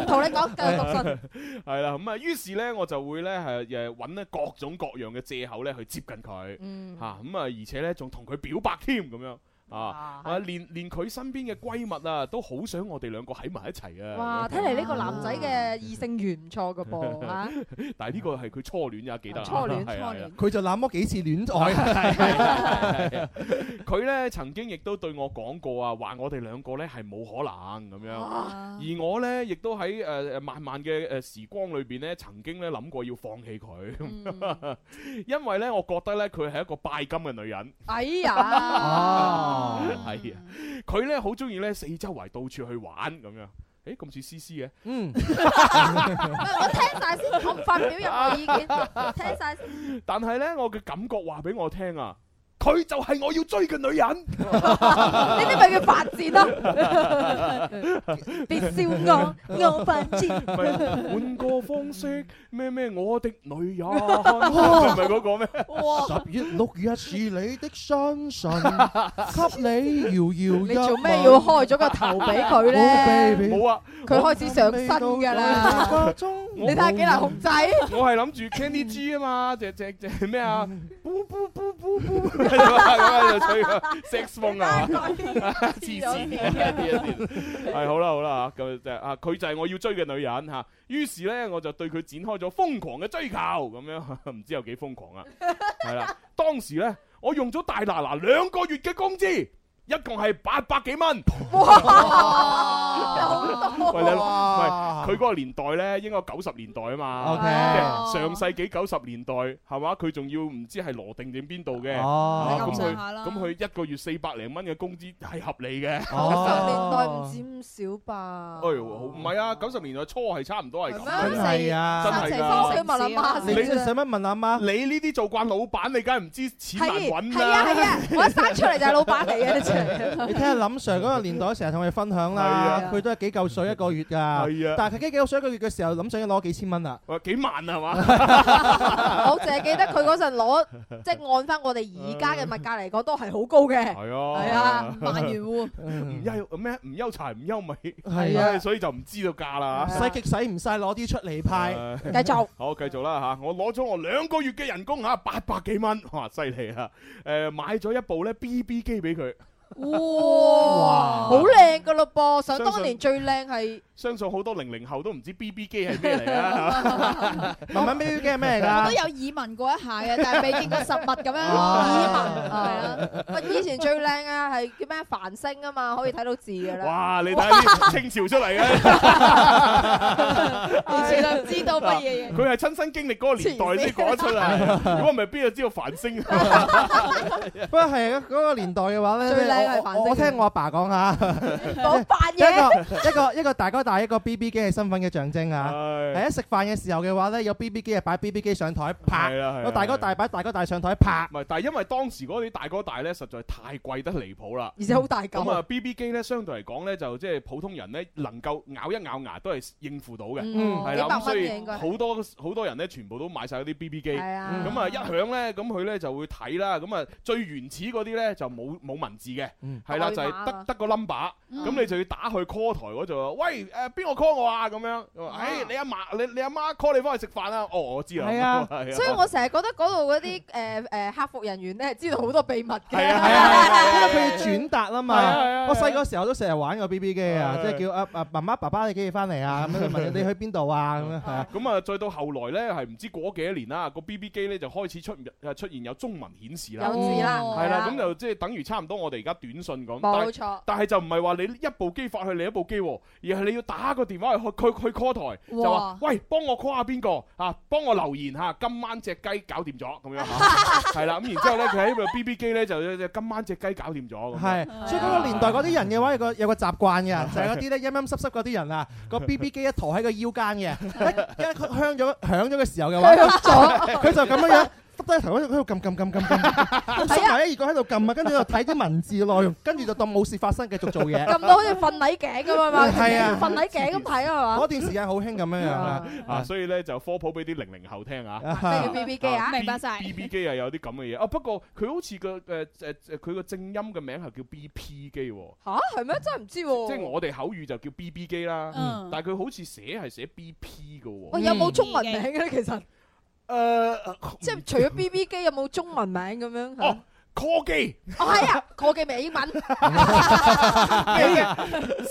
唔同你講繼續讀信。係啦，咁啊，於是咧，我就會咧係誒揾咧各種各樣嘅藉口咧去接近佢，嗯嚇咁啊，而且咧仲同佢表白添咁樣。啊！啊，連連佢身邊嘅閨蜜啊，都好想我哋兩個喺埋一齊啊！哇！睇嚟呢個男仔嘅異性緣唔錯噶噃嚇。嘅，但係呢個係佢初戀啊，記得啊哦初 戀係啊係啊佢就那麼幾次 戀愛。佢咧曾經亦都對我講過啊，話我哋兩個咧係冇可能咁樣，啊而我咧亦都喺呃誒誒漫漫嘅誒時光裏邊咧，曾經咧諗過要放棄佢，嗯 因為咧我覺得咧佢係一個拜金嘅女人。哎 呀！係啊，佢咧好中意咧四周圍到處去玩咁樣。誒咁似 C C 嘅，嗯， 我聽晒先，我唔發表任何意見，聽晒先。但係咧我嘅感覺話俾我聽啊，佢佢就係我要追嘅女人。呢啲咪叫發展咯。 別笑我，我發展。換個方式，咩咩我的女人，唔係嗰個咩？十月六日是你的生 辰，給你遙遙 Oh, 你做咩要開咗個頭俾佢 咧？冇啊，佢開始上身㗎啦。你睇下幾難 控制？我係諗住 Candy G 啊嘛，隻隻隻咩啊？ 咁啊就吹個 sex 風啊，黐線嘅啲 人，係好啦好啦嚇，咁就係啊佢就係我要追嘅女人嚇，於是咧我就對佢展開咗瘋狂嘅追求，咁樣 唔知有幾瘋狂啊，係啦，當時咧我用咗大拿拿兩個月嘅工資。一共係八百幾蚊，哦喂你哇喂佢嗰個年代咧，應該九十年代啊嘛 OK 即係上世紀九十年代係嘛？佢仲要唔知係羅定定邊度嘅，哦啊咁咁佢上下啦咁佢一個月四百零蚊嘅工資係合理嘅。九十年代唔止咁少吧？ 哎呦，唔係啊，九十年代初係差唔多係咁係嘅，咩真係啊真係幫佢㗎。問阿媽你先真係使乜問阿媽？你呢啲做慣老闆，你梗係唔知錢難揾係啊係啦。啊，我一生出嚟就係老闆嚟 嘅，你知唔你知睇下林 Sir 嗰個年代，成日同我哋分享係啊啦，佢都係幾嚿水一個月㗎。係啊但係佢幾嚿水一個月嘅時候，林 Sir 已經攞幾千蚊啦。喂，幾萬 啊係嘛？我淨係記得佢嗰陣攞，即係按翻我哋而家嘅物價嚟講，都係好高嘅。係啊係啊，萬元户。唔憂咩？唔憂柴，唔憂米，係啊所以就唔知道價啦。啊使極使唔晒，攞啲出嚟派。唉好，繼續啦嚇！我攞咗我兩個月嘅人工嚇，八百幾蚊，哇，犀利啊！誒，買咗一部咧 BB 機俾佢，哇，好靚噶咯噃！想當年最靚係相信好多零零後都唔知 BB 機係咩嚟 啊！慢慢 BB 機係咩嚟我都㗎？有耳聞過一下嘅，但係未見過實物咁樣耳聞，耳聞。係啊！喂以前最靚啊係叫咩繁星啊嘛，可以睇到字噶啦。哇！你睇下 啲清朝出嚟嘅，完全就唔知道乜嘢嘢。佢係親身經歷嗰個年代先講得出嚟。如果唔係，邊度知道繁星？啊不過係嗰個年代嘅話咧，最靚係我繁星我我聽我阿爸 講下，冇扮一嘢，個一個一個大哥大一個 BB 機係身份嘅象徵啊！係一食飯嘅時候嘅話咧，有 BB 機係擺 BB 機上台拍係啦係啦，有大哥大擺大哥大上台拍唔。係，但係因為當時嗰啲大哥大咧，實在太貴得離譜啦，而且好大嚿咁啊，BB 機咧，相對嚟講咧，就即係普通人咧，能夠咬一咬牙都係應付到嘅，嗯係啦，幾百蚊咁所以嘅應該好多好多人咧，全部都買晒嗰啲 BB 機，係啊咁啊一響咧，咁佢咧就會睇啦，咁啊最原始嗰啲咧就冇冇文字嘅，係啦，代碼就係啊得得個 number，嗯咁你就要打去 call 台嗰度，啊喂誒邊個 call 我啊咁樣，誒你阿嫲你你阿媽 call 你翻去食飯啊，哦我知啦，係啊 係所以我成日覺得嗰度嗰啲誒誒客服人員咧，知道好多秘密係啊嘅。係啊，因為佢要轉達啊係啊係啊嘛。我細個時候都成日玩個 BB 機啊係，即係叫阿阿媽媽爸爸你幾時翻嚟啊？咁樣問你去邊度啊？咁樣係啊。咁啊，再到後來咧，係唔知過咗幾多年啦，個 BB 機咧就開始出誒出現有中文顯示啦，有字啦哦係係啦啦，咁就即係等於差唔多我哋而家短信咁，但冇錯係但係就唔係話你一部機發去另一部機喎，而係你要打個電話去去去 call 台，就話喂幫我 call 下邊個啊，幫我留言嚇，今晚隻雞搞掂咗咁樣嚇， 係啦，咁然之後咧佢喺部 BB 機咧就今晚隻雞搞掂咗，咁樣係，所以嗰個年代嗰啲人嘅話，有個有個習慣嘅，就係嗰啲咧陰陰濕濕嗰啲人啊，個 BB 機一陀喺個腰間嘅，一一響咗響咗嘅時候嘅話，佢就咁樣樣。耷低頭喺度喺度撳撳撳撳撳，咁縮埋一二個喺度撳啊，跟住喺度睇啲文字內容，跟住就當冇事發生，繼續做嘢。撳到好似瞓禮頸咁啊嘛，係啊瞓禮頸咁睇啊嘛嗰，段時間好興咁樣樣啊，啊，所以咧就科普俾啲零零後聽啊。咩叫 BB 機啊？晒 BB 機係有啲咁嘅嘢啊，不過佢好似個誒誒誒佢個正音嘅名係叫 BP 機喎。吓？係咩？真係唔知喎。即係我哋口語就叫 BB 機啦，嗯哦但係佢好似寫係寫 BP 嘅喎。喂，有冇中文名嘅咧？其實誒，即係 除咗 BB 機，有冇中文名咁樣？哦，call 機，哦係啊，call 機咪 英文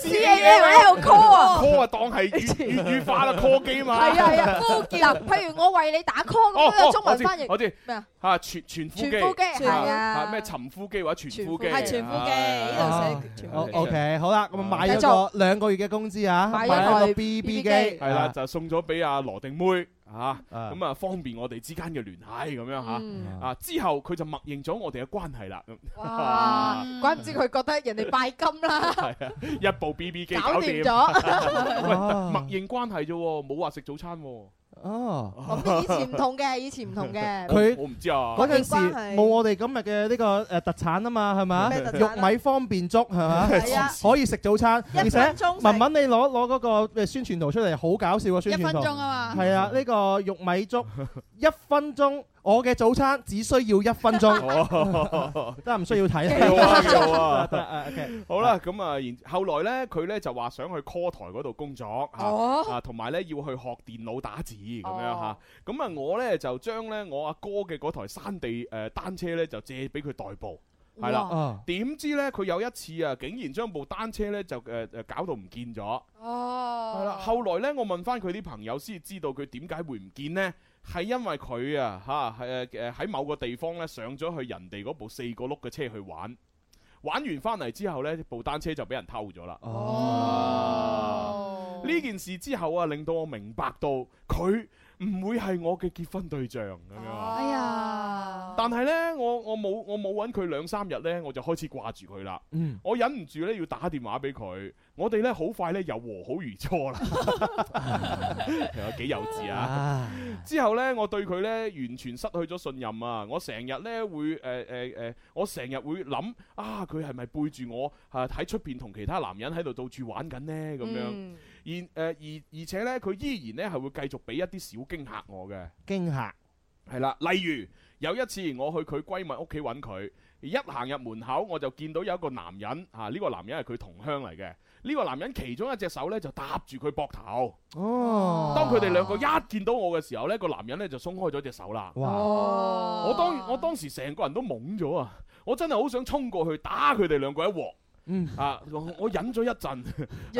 C ，CALL call 啊。嗯啊 call 啊當 係粵粵語化啦，call 機嘛。係啊係啊，嗱，譬如我為你打 call 哦咁都有哦中我文知翻譯。我知咩啊？嚇全全夫機，全夫機係啊咩尋夫機或者全夫機，啊係全夫機呢度寫。O K，好啦，咁啊買咗繼續個兩個月嘅工資啊，買買咗咗台個 B B 機，啊 BB 機係啦，就送咗俾阿羅定妹嚇，咁啊方便我哋之間嘅聯繫咁樣嗯嚇。啊之後佢就默認咗我哋嘅關係啦。咁哇！怪唔知佢覺得人哋拜金啦。 係啊，一部 BB 機搞搞掂掂 咗喂，默認關係啫喎，冇話食早餐喎。哦，咁以前唔同嘅，以前唔同嘅。佢我唔知啊嗰陣時關係冇我哋今日嘅呢個誒特產啊嘛，係咪咩特產啊玉米方便粥係咪係啊 可以食早餐，一而且分鐘食文文你攞攞嗰個宣傳圖出嚟，好搞笑個宣傳圖。一分鐘啊嘛係啊，呢個玉米 粥一分鐘，我嘅早餐只需要一分 鐘 哦，得唔需要睇 幾好啊幾好 啊得得，OK 好啦，咁啊，然後來咧，佢咧就話想去 call 台嗰度工作嚇哦啊，同埋咧要去學電腦打字咁樣嚇哦。咁啊，我咧就將咧我阿哥嘅嗰台山地誒單車咧就借俾佢代步。係哇啦啊，點知咧佢有一次啊，竟然將部單車咧就誒誒搞到唔見咗。哦，係啦，後來咧，我問翻佢啲朋友先知道佢點解會唔見呢？係因為佢啊嚇係誒喺某個地方咧上咗去人哋嗰部四個轆嘅車去玩，玩完翻嚟之後呢，部單車就俾人偷咗啦。哦，呢件事之後啊，令到我明白到佢唔會係我嘅結婚對象咁樣啊。哦哎呀，但係呢，我我冇我冇揾佢兩三日呢，我就開始掛住佢啦。嗯我忍唔住呢，要打電話俾佢，我哋呢，好快呢，又和好如初啦。 有幾幼稚啊！之後呢，我對佢呢，完全失去咗信任啊！我成日呢，會誒誒誒，我成日會諗啊，佢係咪背住我啊喺出邊同其他男人喺度到處玩緊呢？咁樣。嗯而誒而而且呢，佢依然呢，係會繼續俾一啲小驚嚇我嘅。驚嚇。係啦，例如有一次我去佢閨蜜屋企揾佢，一行入門口我就見到有一個男人，嚇、呢、個男人係佢同鄉嚟嘅。呢、個男人其中一隻手呢就搭住佢膊頭。哦，當佢哋兩個一見到我嘅時候呢個男人呢就鬆開咗隻手啦。哇我當我當時成個人都懵咗啊！我真係好想衝過去打佢哋兩個一鑊。嗯啊！我我忍咗一陣，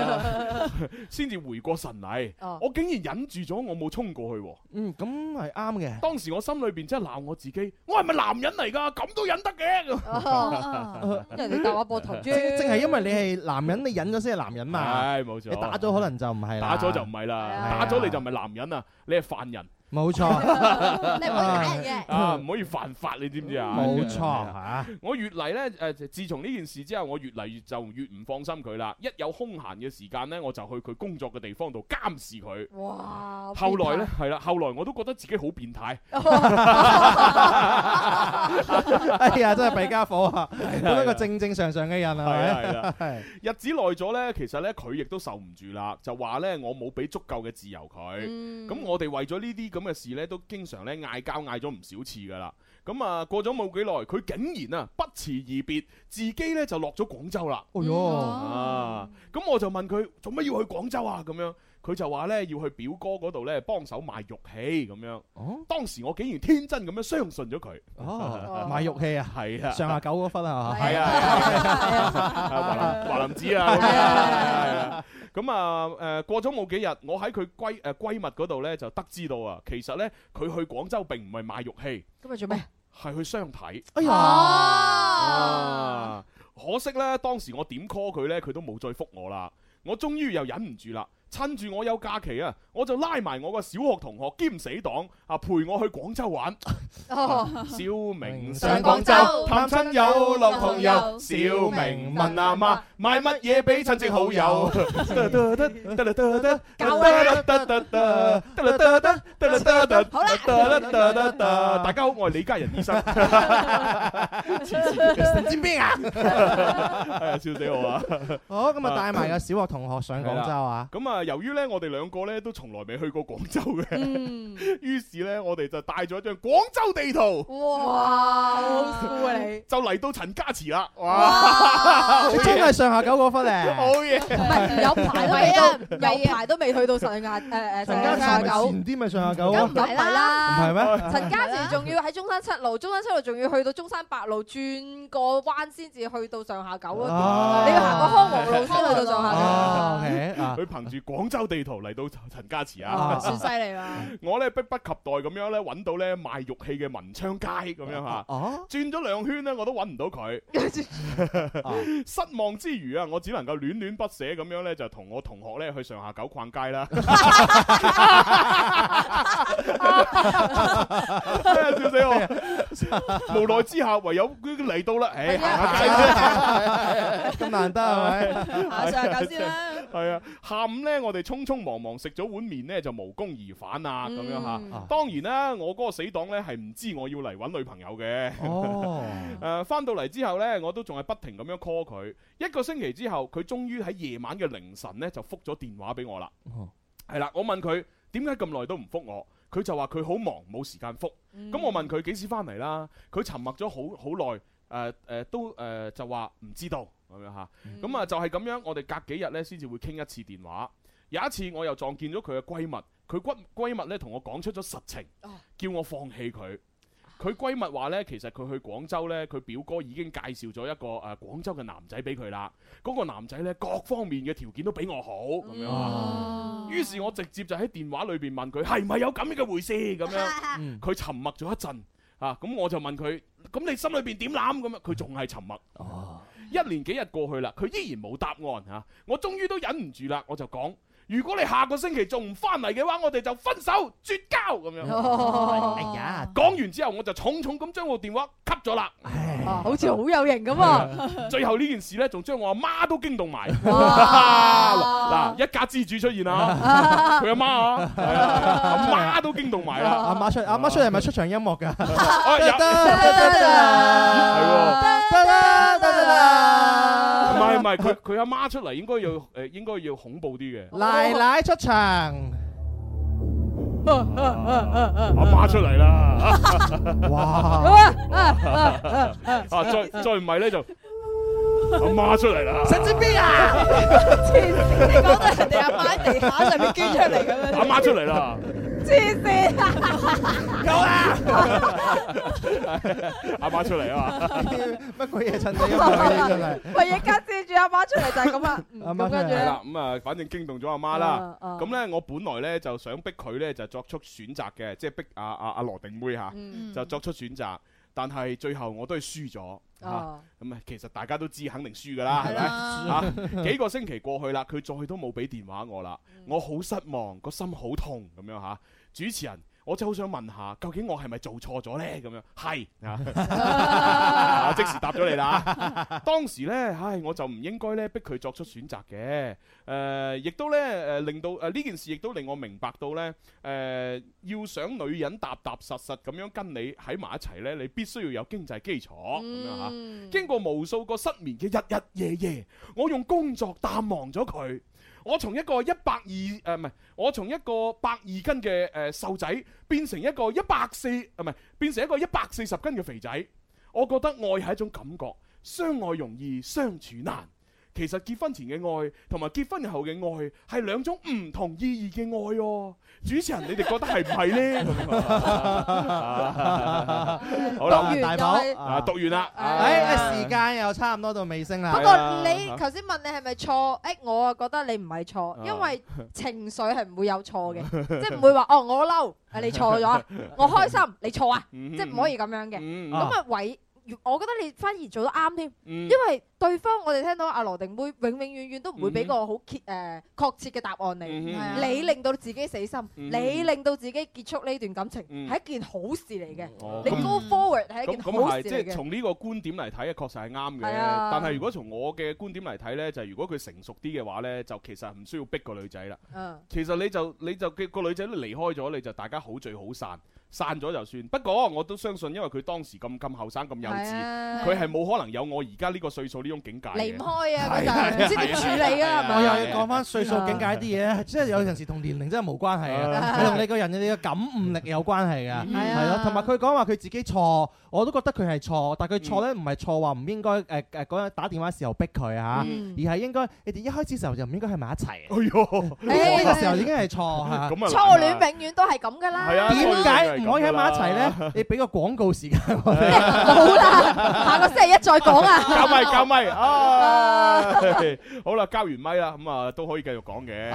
啊 先至回過神嚟。哦我竟然忍住咗，我冇衝過去喎。嗯，咁係啱嘅。當時我心裏邊真係鬧我自己，我係咪男人嚟㗎？咁都忍得哦嘅？ 人哋搭我膊頭啫正正係因為你係男人，你忍咗先係男人嘛。係冇錯你打咗可能就唔係打啦。咗就唔係啦，打咗你就唔係男人啊，你係犯 人。冇錯。你唔可以打人嘅 啊，唔可以犯法，你知唔知啊？冇錯嚇。我越嚟呢，誒，自從呢件事之後，我越嚟越就越唔放心佢啦。一有空閒嘅時間呢，我就去佢工作嘅地方度監視佢。啊哇！後來呢，係啦，後來我都覺得自己好變態。 哎呀，真係弊家伙啊！係咁一個正正常常嘅 人係係啦咪？係日子耐咗呢，其實呢，佢亦都受唔住啦，就話呢，我冇俾足夠嘅自由佢。咁、我哋為咗呢啲咁嘅事呢，都經常呢嗌交嗌咗唔少次噶啦。咁啊過咗冇幾耐，佢竟然啊不辭而別，自己呢就落咗廣州啦。哎呦啊！咁我就問佢做乜要去廣州啊？咁樣佢就話呢，要去表哥嗰度呢幫手賣玉器咁樣。哦，當時我竟然天真咁樣相信咗佢。 哦，賣玉器啊，係啊，上下九嗰忽啊，係啊，啊 華林子 啊，咁樣係啊係啊咁啊誒過咗冇幾日，我喺佢閨誒閨蜜嗰度咧就得知到啊，其實咧佢去廣州並唔係賣玉器，今日做咩？係去相睇。哎呀啊！可惜咧，當時我點 call 佢咧，佢都冇再覆我啦。我終於又忍唔住啦。趁住我有假期啊，我就拉埋我個小學同學兼死黨啊，陪我去廣州玩。小明上廣州探親友，樂同遊。小明問阿媽買乜嘢俾親戚好友。得得得得得得得得得得得得得得得得得好啦，得得得得得，大家好，我係李家仁醫生。神經病啊！係啊，笑死我啊！好，咁啊帶埋個小學同學上廣州啊，咁啊，由於咧我哋兩個咧都從來未去過廣州嗯嘅， 於是咧我哋就帶咗一張廣州地圖，哇！好酷啊你！就嚟到陳家祠啦！哇啊哇，你真係上下九嗰忽咧， 好嘢！唔係有排都未到，有排都未去到上亞誒誒陳上家亞祠咪九。前啲咪上下九啊，咁唔係唔啦，係咩？陳家祠仲要喺中山七路，中山七路仲要去到中山八路，轉個彎先至去到上下九嗰哦度。你要行個康和路先去到上下九。哦，OK 啊佢憑住廣州地圖嚟到陳家祠啊啊，算犀利啦！我咧迫不及待咁樣咧揾到咧賣玉器嘅文昌街咁樣嚇，轉咗兩圈咧我都揾唔到佢，失望之餘啊，我只能夠戀戀不捨咁樣咧就同我同學咧去上下九逛街啦，笑死我！無奈之下唯有嚟到啦，唉，行下街啫哎咁難得係咪？下上下九先啦。系啊，下午咧我哋匆匆忙忙食咗碗面咧就無功而返啊，咁樣嗯吓啊。當然啦，我嗰個死黨咧係唔知我要嚟揾女朋友嘅。哦， 誒翻到嚟之後咧，我都仲係不停咁樣 call 佢。一個星期之後，佢終於喺夜晚嘅凌晨咧就覆咗電話俾我啦。係啦，我問佢點解咁耐都唔覆我，佢就話佢好忙冇時間覆。咁、嗯我問佢幾時翻嚟啦，佢沉默咗好好耐，誒、誒、都誒、就話唔知道咁樣吓。咁啊、就係咁樣，我哋隔幾日呢先至會傾一次電話。有一次我又撞見咗佢嘅閨蜜，佢閨閨蜜呢同我講出咗實情，叫我放棄佢。佢閨蜜話呢，其實佢去廣州呢，佢表哥已經介紹咗一個誒、呃、廣州嘅男仔俾佢啦。嗰、個男仔呢，各方面嘅條件都比我好咁樣啊。於是我直接就喺電話裏邊問佢係咪有咁樣嘅回事咁樣。佢沉默咗一陣啊，咁我就問佢：咁你心裏邊點諗咁樣？佢仲係沉默。一年幾日過去啦，佢依然冇答案嚇、我終於都忍唔住啦，我就講：如果你下個星期仲唔翻嚟嘅話，我哋就分手絕交咁樣。哦哎呀！講完之後，我就重重咁將部電話吸咗啦。啊好似好有型咁啊！最後呢件事呢，仲將我阿媽都驚動埋。哇 嗱，一家之主出現 啦，佢阿媽啊，係啊阿媽都驚動埋啦。阿媽出阿媽出嚟咪出場音樂㗎，哦有唔係唔係， 佢佢阿媽出嚟應該要誒，應該要恐怖啲嘅。奶奶出場。 阿媽出嚟 啦！哇！ 啊，再再唔係咧就阿媽出嚟啦！神經病啊！你講到人哋阿媽喺地下上面捐出嚟咁樣，阿媽出嚟啦！黐線啊！夠啊啦！ 阿媽出嚟啊嘛！乜鬼嘢襯你咁樣嘅真 係。喂，一家接住阿媽出嚟就係咁啊！嗯咁跟住係咧啦，，咁啊，反正驚動咗阿媽啦。啊啊咁咧，我本來咧就想逼佢咧就作出選擇嘅，即係逼阿阿阿羅定妹嚇嗯，就作出選擇。但係最後我都係輸咗嚇，哦咁啊，其實大家都知肯定輸㗎啦，嗯係啊啦咪嚇？幾個星期過去啦，佢再都冇俾電話我啦，嗯我好失望，個心好痛咁樣嚇。主持人，我真係好想問下，究竟我係咪做錯咗咧？咁樣係 啊，即時答咗你啦。 當時呢，唉，我就唔應該咧逼佢作出選擇嘅。誒、亦都呢，誒、令到誒呃呢、件事亦都令我明白到呢，誒、要想女人踏踏實實咁樣跟你喺埋一齊呢，你必須要有經濟基礎咁樣嚇。經過無數個失眠嘅日日夜夜，我用工作淡忘咗佢。我從一個一百二誒唔係，我從一個百二斤嘅誒瘦仔變成一個一百四呃唔係變成一個一百四十斤嘅肥仔。我覺得愛係一種感覺，相愛容易相處難。其實結婚前嘅愛同埋結婚後嘅愛係兩種唔同意義嘅愛哦。主持人，你哋覺得係唔係 呢？好啦，讀完就係啊，讀完啦。啊誒哎時間又差唔多到尾聲啦。不過你頭先問你係咪錯？誒，我啊覺得你唔係錯，因為情緒係唔會有錯嘅，即係唔會話哦我嬲，誒你錯咗啊，我開心你錯啊，嗯即係唔可以咁樣嘅。嗯咁啊為，我覺得你反而做得啱添，嗯因為對方我哋聽到阿羅定妹永永遠遠都唔會俾個好揭誒確切嘅答案你，嗯哼你令到自己死心，嗯你令到自己結束呢段感情嗯係一件好事嚟嘅哦，你咁 go forward 係一咁件咁好係，事即嚟係嘅。從呢個觀點嚟睇，確實係啱嘅。係啊但係如果從我嘅觀點嚟睇呢，就係如果佢成熟啲嘅話呢，就其實唔需要逼個女仔啦。嗯其實你就你就個女仔都離開咗，你就大家好聚好散，散咗就算。不過我都相信，因為佢當時咁咁後生咁幼稚係啊，佢係冇可能有我而家呢個歲數呢種境界嘅。離唔開啊，係啊嗰陣唔知點處理啊，係咪？我又要講翻歲數境界啲 嘢，即係有陣時同年齡真係冇關係嘅，啊係同你個人嘅感悟力有關係嘅，嗯係咯。同埋佢講話佢自己錯，我都覺得佢係錯，但係佢錯咧唔係錯話唔應該誒誒嗰日打電話時候逼佢嚇，嗯而係應該你哋一開始時候就唔應該喺埋一齊。哎呦，呢個時候已經係錯 嚇。咁啊啊初戀永遠都係咁噶啦，點解唔可以喺埋一齊咧？你俾個廣告時間我哋。好啦，下個星期一再講 啊。交咪交 咪啊！好啦，交完咪啦，咁啊都可以繼續講嘅。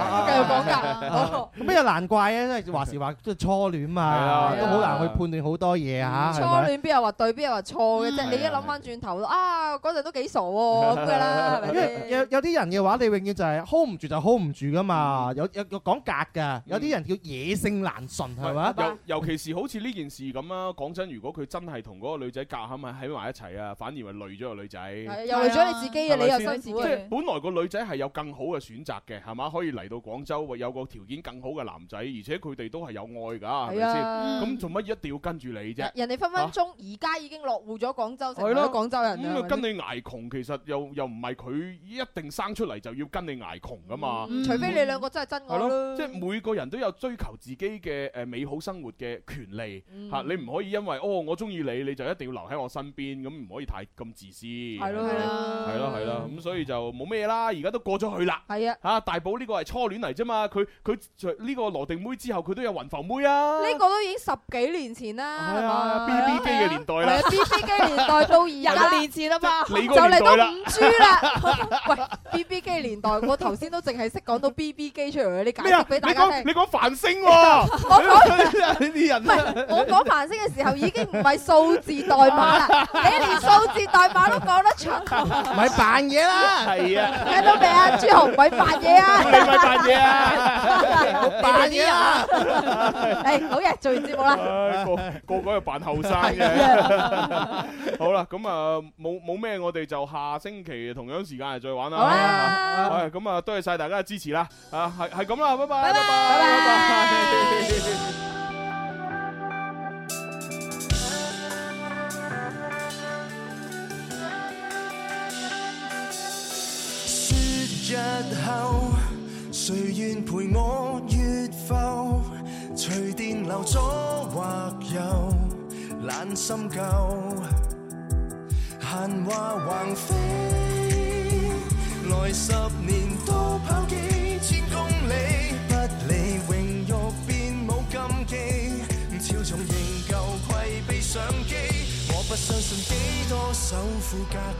咁又難怪啊， 因為話時話即係初戀嘛係啊，都好難去判斷好多嘢嚇。嗯初啊係咪戀邊有話對，邊有話錯嘅嗯啫？你一諗翻轉頭啊，嗰陣都幾傻啊喎咁噶 啦，係咪因為有有啲人嘅話，你永遠就係 hold 唔住就 hold 唔住噶嘛。有有有講格㗎，有啲人叫野性難馴係咪？尤尤其是時好似呢件事咁啊，講真，如果佢真係同嗰個女仔夾喺埋喺埋一齊啊，反而咪累咗個女仔，係又累咗你自己啊係咪你又先辛苦啊即係本來個女仔係有更好嘅選擇嘅，係嘛？可以嚟到廣州，喂有個條件更好嘅男仔，而且佢哋都係有愛㗎，係咪係先？啊咁做乜一定要跟住你啫？人哋分分鐘而家已經落户咗廣州，成係為咗咯，廣州人咁啦啊，跟你捱窮，其實又又唔係佢一定生出嚟就要跟你捱窮噶嘛。嗯除非你兩個真係真係愛咯，啦即。係每個人都有追求自己嘅誒美好生活嘅權利嗯嚇，你唔可以因為哦我中意你，你就一定要留喺我身邊，咁唔可以太咁自私。係咯係啦係咯係啦，咁所以就冇咩啦，而家都過咗去啦。係啊，嚇大寶呢個係初戀嚟啫嘛，佢佢呢個羅定妹之後，佢都有雲浮妹啊。呢個都已經十幾年前啦，係嘛，B B 機嘅年代啦係啊，B B 機年代到而家廿年前啦嘛即係你就嗰個嚟年到代啦五 G 啦。喂，B B 機年代，我頭先都淨係識講到 B B 機出嚟，你解釋俾大家聽。你講繁星喎，我講 呢啲人唔係我講繁星嘅時候已經唔係數字代碼啦，你連數字代碼都講得出，咪扮嘢啦，係啊，聽到未啊？朱紅咪扮嘢啊！你咪扮 嘢啊！扮嘢啊！ 誒，好嘢，做完節目啦。唉個個個又扮後生 嘅。好啦，咁啊冇冇咩，我哋就下星期同樣時間嚟再玩啦。好啦，係咁啊，多謝晒大家嘅支持啦。啊，係係咁啦，拜拜，拜拜，拜拜。说日後誰願陪我越浮？隨電流左或右，懶心夠。閒話橫飛，來十年都跑幾千公里，不理榮辱便冇禁忌，超重仍舊攜備相機，我不相信幾多首富格。